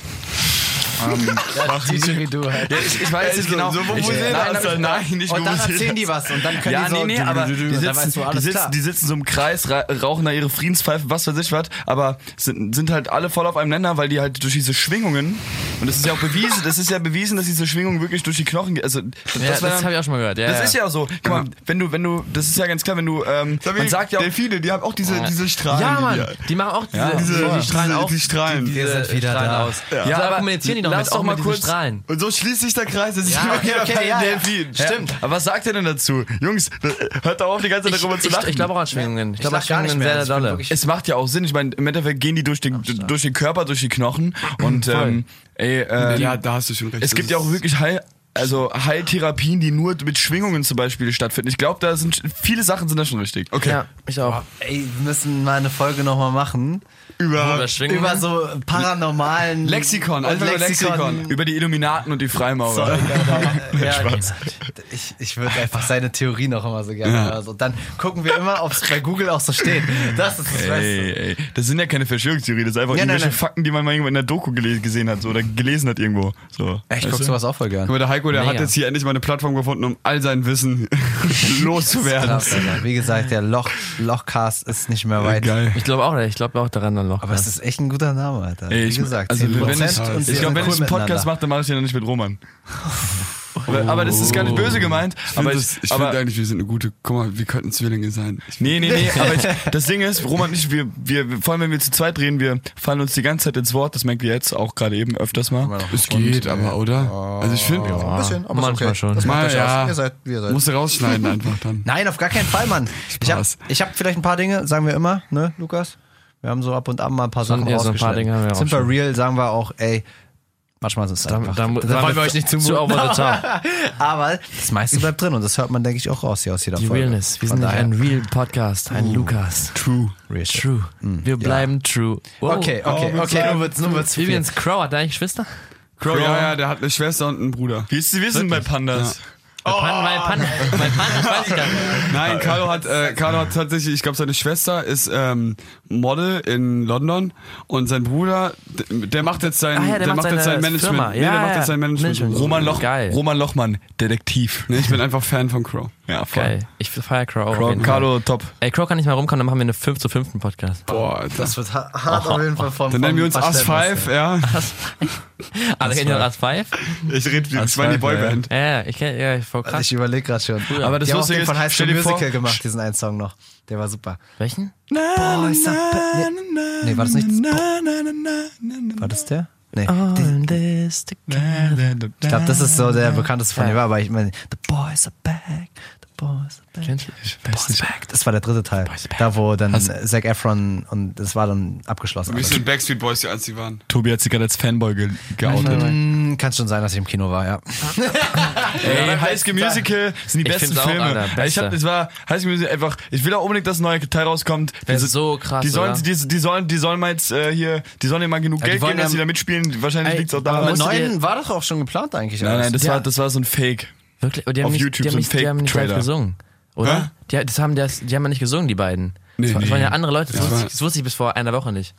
S3: Didgeridoo halt.
S5: ja, ich, ich weiß nicht genau.
S4: so, wo
S5: ich,
S4: muss ich denn
S5: nein,
S4: das
S5: nein,
S4: denn?
S5: nein, nicht
S3: Und
S5: wo
S3: dann
S5: muss ich
S3: erzählen die
S5: das?
S3: was und dann können
S5: Ja,
S3: die so
S5: nee, nee, aber die
S3: dann weißt du
S5: sitzen, die,
S3: alles
S5: sitzen,
S3: klar.
S5: die sitzen so im Kreis, ra rauchen da ihre Friedenspfeife, was weiß ich was, aber sind, sind halt alle voll auf einem Nenner, weil die halt durch diese Schwingungen, und das ist ja auch bewiesen, das ist ja bewiesen, dass diese Schwingungen wirklich durch die Knochen, ge- also,
S2: Ja,
S5: das,
S2: das
S5: war-
S2: habe ich auch schon mal gehört. Ja,
S5: das
S2: ja.
S5: ist ja auch so. Guck mal, wenn du, wenn du, das ist ja ganz klar, wenn du, ähm, man sagt ja auch,
S4: Delfine, die haben auch diese, diese Strahlen.
S2: Ja,
S4: die
S2: Mann,
S4: die-
S2: die machen auch diese,
S5: Ja.
S2: diese,
S4: Diese,
S2: die strahlen auch.
S4: Die Strahlen.
S3: Wir sind wieder
S2: strahlen
S3: da.
S2: aus.
S4: Ja.
S2: Ja,
S5: aber
S2: aber kommunizieren die doch
S5: lass
S2: mit,
S5: doch
S2: auch
S5: mal
S2: mit diesen
S5: kurz-
S2: Strahlen.
S4: Und so schließt sich der Kreis. Das
S3: Ja,
S4: ist immer
S3: okay,
S4: wieder
S3: okay, ja,
S4: bei den
S3: ja.
S4: Delfinen.
S5: Ja,
S3: Stimmt.
S5: Aber was sagt ihr denn dazu? Jungs, hört doch auf, die ganze Zeit darüber
S2: ich,
S5: zu
S2: ich,
S5: lachen.
S2: ich glaube auch an Schwingungen. Ich glaube an
S3: lach gar nicht
S2: Schwingungen
S3: mehr,
S2: sehr,
S3: also ich
S2: sehr
S3: bin
S2: dolle.
S3: wirklich-
S5: es macht ja auch Sinn. Ich meine, im Endeffekt gehen die durch den, durch den Körper, durch die Knochen und ähm, ey, äh,
S4: Mhm, Ja, da hast du schon recht.
S5: es gibt ja auch wirklich Heil, also Heiltherapien, die nur mit Schwingungen zum Beispiel stattfinden. Ich glaube, da sind viele Sachen sind da schon richtig. Okay.
S2: Ja, ich auch.
S3: Ey, wir müssen mal eine Folge nochmal machen.
S5: Über,
S2: Oder Schwingungen?
S3: Über so paranormalen.
S5: Lexikon, einfach über Lexikon. Über die Illuminaten und die Freimaurer.
S3: Spaß. Ich, ich würde einfach seine Theorien auch immer so gerne hören. Also, dann gucken wir immer, ob es bei Google auch so steht. Das ist das Beste.
S5: Ey, ey, das sind ja keine Verschwörungstheorien, das sind einfach
S3: Ja, nein,
S5: irgendwelche
S3: nein.
S5: Fakten, die man mal irgendwo in der Doku gele- gesehen hat so, oder gelesen hat irgendwo. So.
S3: Ey, Ich guck sowas auch voll
S4: Guck
S3: gerne.
S4: mal, der Heiko, der hat
S2: Mega.
S4: jetzt hier endlich mal eine Plattform gefunden, um all sein Wissen *laughs* loszuwerden.
S3: Krass, Alter. Wie gesagt, der Loch, Lochcast ist nicht mehr weit.
S4: Geil.
S2: Ich glaube auch, ich glaube auch daran dann noch.
S3: Aber es ist echt ein guter Name, Alter.
S5: Ey,
S3: Wie
S5: ich-
S3: gesagt,
S5: also,
S3: 10%
S5: wenn
S3: und
S4: ich- ich
S3: wir
S5: Ich glaube,
S3: sind
S5: wenn
S3: cool
S5: ich einen Podcast
S3: miteinander.
S5: mache, dann mache ich den nicht mit Roman. Aber, aber das ist gar nicht böse gemeint. aber
S4: das, ich
S5: aber,
S4: finde eigentlich, wir sind eine gute. Guck mal, wir könnten Zwillinge sein. Ich,
S5: Nee, nee, nee, aber ich, das Ding ist, Roman und ich, wir, wir, wir- vor allem wenn wir zu zweit reden, wir fallen uns die ganze Zeit ins Wort, das merken wir jetzt auch gerade eben öfters mal.
S4: es geht, aber, oder? Also ich finde,
S6: Ein bisschen, aber
S2: Ah, manchmal
S6: ist okay.
S2: schon.
S6: Das macht
S4: Mal,
S6: euch
S4: ja.
S6: aus. Ihr seid, wie ihr seid.
S4: musst du rausschneiden einfach *laughs* dann.
S3: Nein, auf gar keinen Fall, Mann. Ich habe
S4: Spaß.
S3: hab vielleicht ein paar Dinge, sagen wir immer, ne, Lukas? Wir haben so ab und an mal ein paar Sachen
S2: ja, so ein paar
S3: rausgeschnitten.
S2: Dinge haben wir
S3: Sind wir
S2: rausgeschnitten.
S3: real, sagen wir auch, ey, manchmal sind es einfach.
S2: mu-
S3: das wollen wir euch nicht
S2: Zu
S3: zumuten.
S2: over the top.
S3: Aber das meiste bleibt drin und das hört man, denke ich, auch raus hier aus jeder
S2: Die
S3: Folge.
S2: Realness. Wir
S3: Von
S2: sind nicht
S3: daher-
S2: ein real Podcast, ein Lukas.
S4: True.
S3: Real shit.
S2: True. Wir bleiben true. Wow.
S3: Okay, okay,
S2: oh,
S3: okay, nun wird's, nun wird's zu viel.
S2: Übrigens, Crow hat deine Geschwister?
S4: Crow, ja, ja, der hat eine Schwester und einen Bruder.
S5: Wie ist, wie ist denn bei Pandas?
S2: Pan, mein Pan, mein Pan, das weiß ich gar nicht.
S4: Nein, Carlo hat, äh, Carlo hat tatsächlich, ich glaube, seine Schwester ist ähm, Model in London und sein Bruder, der, der macht jetzt sein,
S2: Ah ja, der macht
S4: jetzt
S2: seine
S4: sein Management.
S2: Firma.
S4: Nee,
S2: Ja,
S4: der
S2: ja.
S4: macht jetzt sein Management.
S2: Management.
S4: Roman
S5: Roman, Loch,
S2: Geil.
S5: Roman Lochmann, Detektiv.
S4: Nee, ich bin einfach Fan von Crow.
S5: Ja, voll.
S2: Geil. Ich feier Crow auch. auf
S5: Bro,
S2: jeden Fall.
S5: Carlo, top.
S2: Ey, Crow kann nicht mal rumkommen, dann machen wir eine 5 zu 5. Podcast.
S4: Boah, das,
S3: Das wird ha- hart auf jeden Fall vom
S4: dann nennen wir uns
S3: vom
S4: Us
S3: Verständnis
S4: Five, ja.
S2: Alle kennen Ah, ja das 5?
S5: Ich rede wie
S4: Das war die Boyband.
S2: Ja, ja, ich kenne, ja, voll
S3: her. Ich
S2: krass.
S3: überlege gerade schon.
S5: Aber das
S3: die haben auch
S5: Lustige
S3: den
S5: ist,
S3: von High School
S5: stell dir vor-
S3: Musical gemacht, diesen einen Song noch. Der war super.
S2: Welchen?
S3: Boah, ist das... be- Nee, nee, war das nicht... Boah, war das der? Nee.
S5: Oh,
S2: All this together.
S3: Ich glaube, das ist so der bekannteste von
S2: Ja.
S3: ihm, aber ich meine, The Boys are back, The Boys are back.
S2: Kennst du?
S3: The Boys are back. Das war der dritte Teil. Da, wo dann Zac Efron und das war dann abgeschlossen.
S4: Wie sind Backstreet Boys, die als sie waren?
S5: Tobi hat sich gerade als Fanboy ge geoutet.
S3: Hm, Kann schon sein, dass ich im Kino war, ja.
S5: Ey, High School Musical sind
S2: Ich
S5: die besten
S2: find's auch,
S5: Filme.
S2: Alter,
S5: Ey, Ich hab,
S2: beste.
S5: das war High School Musical einfach. Ich will auch unbedingt, dass ein neuer Teil rauskommt.
S2: Der
S5: Diese-
S2: ist so krass.
S5: Die sollen,
S2: oder?
S5: die, die sollen, die sollen mal jetzt äh, hier, die sollen denen mal genug
S3: die
S5: Geld
S3: wollen
S5: geben, dass
S3: ja-
S5: sie da mitspielen. Wahrscheinlich
S2: Ey,
S5: liegt's auch
S2: aber
S5: daran.
S3: Mit
S2: Musst du dir-
S3: neun war doch auch schon geplant eigentlich.
S5: Nein,
S3: alles.
S5: nein, das
S2: Ja.
S5: war, das war so ein Fake.
S2: Wirklich? Und die haben
S5: Auf
S2: nicht, die
S5: YouTube so
S2: haben
S5: ein
S2: nicht, die haben nicht live
S5: Fake-Trailer.
S2: gesungen.
S5: Hä?
S2: Oder? Die, das haben, das, die haben ja nicht gesungen, die beiden. das, war, das
S4: nee.
S2: waren ja andere Leute. Das,
S4: Das
S2: wusste,
S4: war-
S2: ich, das wusste ich bis vor einer Woche nicht.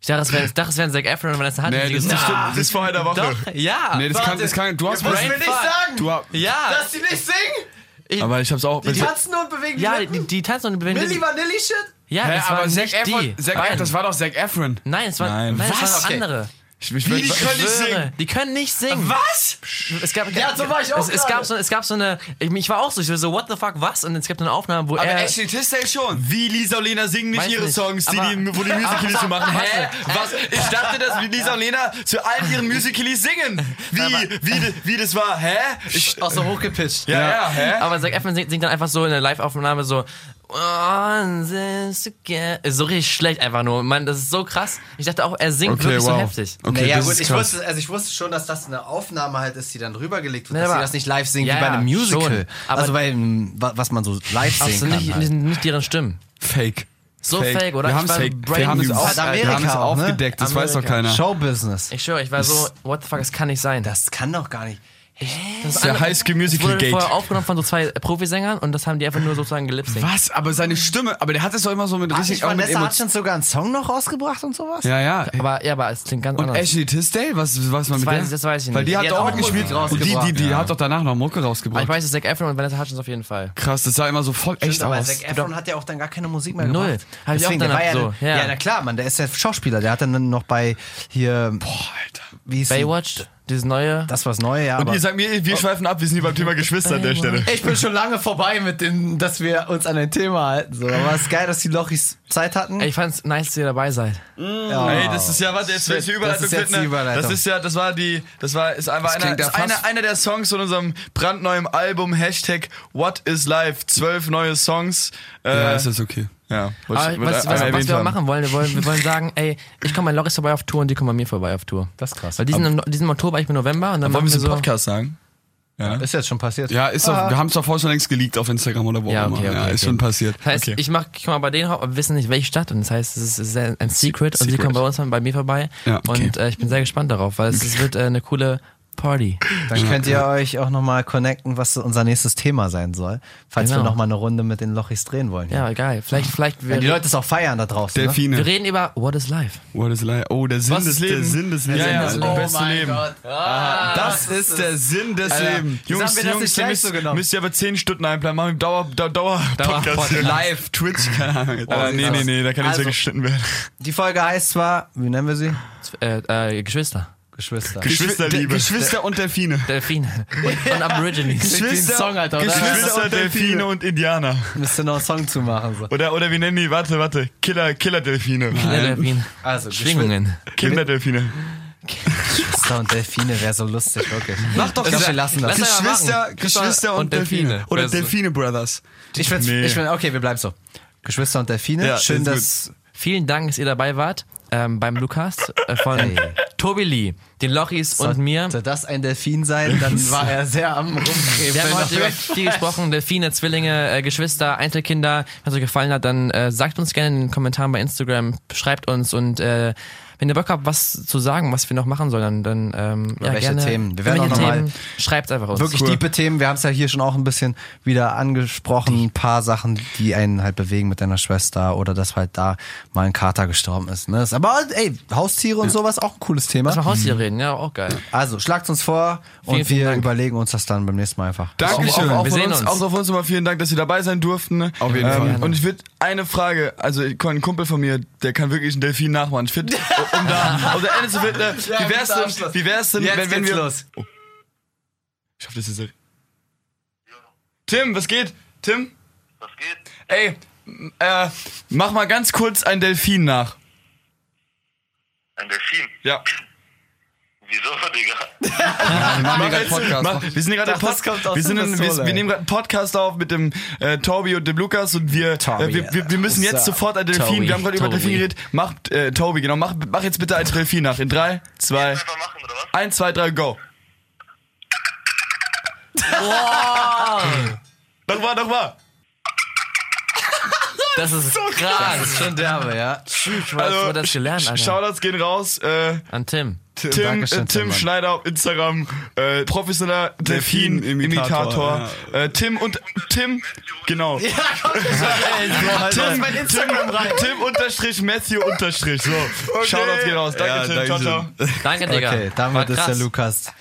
S2: Ich dachte, es wären, ich dachte, es wären Zac Efron und Vanessa Hudgens.
S4: Nee,
S2: die
S4: das-
S2: gesungen
S4: das stimmt.
S2: haben.
S5: Das ist vor einer Woche.
S2: Doch, ja.
S4: Nee, das kann, das kann, du hast
S2: Brain
S4: Brain-
S2: Fuck.
S4: Du hast,
S2: Ja.
S3: die nicht singen!
S5: Aber ich hab's auch.
S3: tanzen und bewegen
S2: ja, die, die tanzen und bewegen sich.
S3: Vanilli Shit?
S2: Ja,
S4: Hä,
S2: das
S4: aber
S2: waren
S4: Zac
S2: nicht
S4: Efron,
S2: die.
S4: Zac
S2: beiden.
S4: Efron, das war doch Zack Efron.
S2: nein, es waren,
S5: Nein.
S2: nein. es waren
S5: Was?
S2: auch andere.
S5: ich, ich, ich,
S2: Ich schwöre, Die können nicht singen.
S5: Was?
S2: Es gab,
S3: Ja, so war ich auch
S2: es, es
S3: gerade.
S2: gab so, es gab so eine, ich, ich war auch so, ich war so, what the fuck, was? Und es gab eine Aufnahme, wo er...
S4: Tisdale schon.
S5: Wie Lisa und Lena singen nicht
S2: Weiß
S5: ihre
S2: nicht,
S5: Songs, die,
S2: aber-
S5: die, wo die Musicals zu machen. Hä? Was? Ich dachte, dass Lisa und Lena zu all ihren Musicals singen. Wie, wie, wie das war? Hä? Ich,
S3: Auch so hochgepitcht.
S5: ja, ja, hä?
S2: Aber Zac Efron singt, singt dann einfach so in der Live-Aufnahme so. "On this again." Ist So richtig schlecht einfach nur. Mann, das ist so krass. Ich dachte auch, er singt wirklich so heftig.
S4: Okay,
S3: naja,
S4: das
S3: gut,
S4: ist
S3: ich
S4: krass.
S3: wusste, also ich wusste schon, dass das eine Aufnahme halt ist, die dann rübergelegt wird,
S2: Nee,
S3: dass sie
S2: aber-
S3: das nicht live singen
S2: Ja,
S3: wie bei einem
S2: ja,
S3: Musical.
S2: schon. Aber-
S3: also bei einem, wa- was man so live singen
S2: Also
S3: kann.
S2: nicht,
S3: halt.
S2: nicht, nicht deren Stimmen.
S4: Fake.
S2: So fake, oder?
S4: Wir
S2: ich
S4: haben es
S2: war
S4: fake.
S2: brain-
S4: Wir haben es
S3: auch-
S4: auf,
S3: Hat Amerika
S4: wir haben es
S3: auch, ne?
S4: aufgedeckt, das weiß doch
S2: Amerika.
S4: keiner.
S3: Showbusiness.
S2: Ich schwöre, ich war so, what the fuck, es kann nicht sein.
S3: Das kann doch gar nicht.
S2: das
S5: Der
S2: andere-
S5: High School
S2: das
S5: Musical
S2: wurde
S5: Gate.
S2: vorher aufgenommen von so zwei Profisängern und das haben die einfach nur sozusagen gelipsynkt.
S4: Was? Aber seine Stimme, aber der hat es doch immer so mit
S3: Hat nicht
S4: richtig auch mit
S3: Vanessa
S4: Emotionen.
S3: Hutchins sogar einen Song noch rausgebracht und sowas?
S4: Ja, ja.
S2: Aber ja, aber es klingt ganz
S4: Und
S2: anders.
S4: Ashley Tisdale, was, was war mit
S2: weiß ich-
S4: der?
S2: das weiß ich nicht.
S4: Weil die
S2: Die
S4: hat
S3: hat
S4: doch
S3: auch
S4: auch
S3: Musik
S4: gespielt. Und die,
S3: rausgebracht.
S4: die, die hat doch danach noch Mucke
S2: Aber
S4: rausgebracht.
S2: ich weiß, dass Zac Efron und Vanessa Hutchins auf jeden Fall.
S4: Krass, das sah immer so voll echt
S3: aber
S4: aus.
S3: Zac Efron hat ja auch dann gar keine Musik mehr
S2: Null.
S3: gemacht.
S2: Hab ich auch
S3: der
S2: danach
S3: war ja,
S2: so,
S3: ja.
S2: ja.
S3: na klar, Mann, der ist ja Schauspieler. Der hat dann noch bei hier,
S4: Boah, Alter.
S3: wie hieß die?
S2: Baywatch, dieses neue.
S3: Das war's Neue, ja.
S5: Und
S3: aber
S5: ihr sagt mir, wir schweifen ab, wir sind hier beim Thema Geschwister an der Stelle.
S3: ich bin schon lange vorbei mit dem, dass wir uns an ein Thema halten. So, aber es ist geil, dass die Lochis Zeit hatten.
S2: Ey, ich fand's nice, dass ihr dabei seid.
S5: Ey, das ist ja, warte, jetzt
S3: Shit,
S5: ist die Überleitung.
S3: Oh. das ist jetzt
S5: Fitner.
S3: die Überleitung.
S5: Das ist ja, das war die, das war, ist einfach einer,
S4: klingt ja
S5: ist einer,
S4: fast-
S5: einer der Songs von unserem brandneuen Album, Hashtag What is Life, zwölf neue Songs. Äh,
S4: Ja, ist das okay.
S5: ja, wollte
S2: Aber
S5: ich- wollte
S2: was,
S5: ich
S2: was,
S5: einmal
S2: was
S5: erwähnt
S2: wir
S5: haben.
S2: machen wollen, wir wollen, wir wollen sagen, ey, ich komme an Loris vorbei auf Tour und die kommen an mir vorbei auf Tour.
S3: Das ist krass.
S2: Weil die sind, im, die sind im Oktober, ich bin November und dann
S5: Wollen
S2: machen
S5: wir
S2: wir
S5: es im
S2: so.
S5: Podcast sagen? Ah,
S4: Ja,
S3: Ist jetzt schon passiert.
S4: ja ist doch, wir haben es doch vorher schon längst geleakt auf Instagram oder wo
S2: Ja,
S4: auch immer.
S2: okay,
S4: ja,
S2: okay,
S4: ist
S2: okay.
S4: schon passiert.
S2: Das heißt, ich mach, ich komme bei denen, hoch, aber wir wissen nicht, welche Stadt. Und das heißt, es ist sehr- ein Secret. Und sie
S4: Secret.
S2: kommen bei uns, bei mir vorbei.
S4: Ja, okay.
S2: Und äh, ich bin sehr gespannt darauf, weil es, es wird äh, eine coole Party.
S3: Dann könnt ihr euch auch nochmal connecten, was unser nächstes Thema sein soll. Falls
S2: Genau.
S3: wir nochmal eine Runde mit den Lochis drehen wollen.
S2: Ja, geil. Vielleicht, vielleicht
S3: Wenn
S2: wir,
S3: die Leute es auch feiern da draußen. Ne?
S4: Delfine.
S2: wir reden über What is Life.
S4: What is life? Oh, der Sinn
S5: Was
S4: des
S5: ist Leben?
S4: Der Sinn des
S5: Ja,
S4: Lebens.
S5: ja,
S4: das
S5: oh mein
S4: beste Leben.
S5: Gott.
S4: das, ist der Sinn des Lebens.
S5: Jungs,
S3: mir das
S5: Jungs,
S3: nicht
S5: ihr
S3: gleich
S5: müsst,
S3: so genau.
S5: müsst ihr aber 10 Stunden einplanen, machen Dauer, Dauer, Dauer, Podcast hier.
S4: live, Twitch, *laughs* keine Ahnung.
S5: Ah, nee, nee, nee, da kann jetzt
S3: Also.
S5: ja geschnitten werden.
S3: Die Folge heißt zwar, wie nennen wir sie?
S2: Äh, äh, Geschwister.
S3: Geschwister.
S5: Geschwisterliebe.
S4: Geschwister und Delfine.
S2: Delfine. Und, und Aborigines.
S5: Geschwister,
S3: Song, Alter, oder?
S5: Geschwister halt Delfine und Indianer.
S3: Müsste noch einen Song zu machen. So.
S5: Oder, oder wir nennen die, warte, warte, Killer, Killer Delfine.
S2: Delfin.
S3: Also, Geschwister-
S2: Schwingungen.
S5: Kinder Delfine.
S3: Geschwister und Delfine wäre so lustig, wirklich. *laughs* Mach doch ich glaub, wir lassen das.
S2: Lass einfach
S4: Geschwister,
S2: machen.
S4: Geschwister und Delfine. Also. Oder Delfine Brothers.
S3: Ich find's,
S5: Nee.
S3: ich find, okay, wir bleiben so. Geschwister und Delfine.
S5: Ja,
S3: Schön,
S5: ist gut.
S3: dass.
S2: Vielen Dank, dass ihr dabei wart ähm, beim Lukas äh, von
S3: Hey.
S2: Tobi Lee, den Lochis und mir.
S3: Sollte das ein Delfin
S2: *laughs*
S3: sein, dann war er sehr
S2: Wir
S3: am
S2: haben
S3: Rumkrebeln.
S2: heute über viel gesprochen, Delfine, Zwillinge, äh, Geschwister, Einzelkinder. Wenn es euch gefallen hat, dann äh, sagt uns gerne in den Kommentaren bei Instagram, schreibt uns und äh, wenn ihr Bock habt, was zu sagen, was wir noch machen sollen, dann ähm, ja,
S3: welche
S2: gerne.
S3: Themen? Wir werden
S2: Welche
S3: auch noch mal-
S2: Themen? Schreibt einfach uns.
S3: Wirklich tiefe Themen. Wir haben es ja hier schon auch ein bisschen wieder angesprochen. Ein paar Sachen, die einen halt bewegen mit deiner Schwester oder dass halt da mal ein Kater gestorben ist. Ne? Ist Aber ey, Haustiere und sowas auch ein cooles
S2: Lass mal
S3: Thema.
S2: Haustiere reden, ja, auch geil.
S3: Also schlagt uns vor
S2: Vielen,
S3: und
S2: vielen
S3: wir
S2: Dank.
S3: überlegen uns das dann beim nächsten Mal einfach.
S2: Auf- auf-
S5: Dankeschön. Auch,
S2: wir
S5: von
S2: sehen
S5: uns,
S2: uns.
S5: auch von uns nochmal vielen Dank, dass wir dabei sein durften. Auf
S4: jeden Fall.
S5: Und ich würde eine Frage, also ich- ein Kumpel von mir, der kann wirklich einen Delfin nachmachen. Ich finde, um da auf der Ende zu finden, ne, wie wär's denn, wie wär's denn, wenn, wenn wir... Oh. Ich hoffe, das ist... Tim, was geht? Tim?
S6: Was geht?
S5: Ey, m- äh, mach mal ganz kurz einen Delfin nach.
S6: Ein Delfin.
S5: Ja.
S6: Wieso, *laughs* Digga?
S5: Mach
S4: grad
S5: jetzt-
S4: Podcast.
S5: mach- Wir sind gerade im
S3: das kommt
S5: Podcast.
S3: aus
S5: Wir, sind
S3: der
S5: in, wir,
S3: Pistole,
S5: wir
S3: ey.
S5: nehmen gerade einen Podcast auf mit dem äh, Tobi und dem Lukas und wir, äh, wir, wir, wir müssen jetzt sofort ein Delfin.
S2: Tobi,
S5: wir haben gerade über
S2: Tobi.
S5: Delfin geredet. Mach äh, Tobi, genau. Mach, mach jetzt bitte ein Delfin nach. In drei, zwei,
S6: Einfach machen, oder was?
S5: eins, zwei, drei, go. Wow. Nochmal, nochmal.
S2: Das
S3: *laughs*
S2: ist krass.
S3: Schon derbe, ja. Tschüss,
S2: Also, Hast du das gelernt, Alter?
S5: Shoutouts gehen raus. Äh,
S2: An Tim.
S5: Tim, äh,
S3: Dankeschön,
S5: Tim,
S3: Tim, Mann.
S5: Schneider auf Instagram, äh, professioneller
S4: Delfin-Imitator,
S5: Delfin-Imitator. Äh, Tim und Tim, genau. *laughs*
S3: Tim, mein halt Instagram rein.
S5: Tim unterstrich Matthew unterstrich. So, Shoutouts gehen raus. Danke,
S4: Ja,
S5: Tim.
S4: Dankeschön.
S5: Ciao, ciao.
S2: Danke, Digga.
S3: Okay,
S2: War
S3: damit ist der
S2: krass.
S3: Lukas.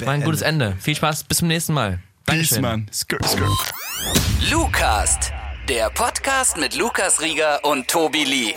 S2: War ein gutes Ende. Viel Spaß, bis zum nächsten Mal.
S5: Peace,
S2: Dankeschön.
S5: Mann. Skirt, skirt.
S1: Lucast, der Podcast mit Lukas Rieger und Tobi Lee.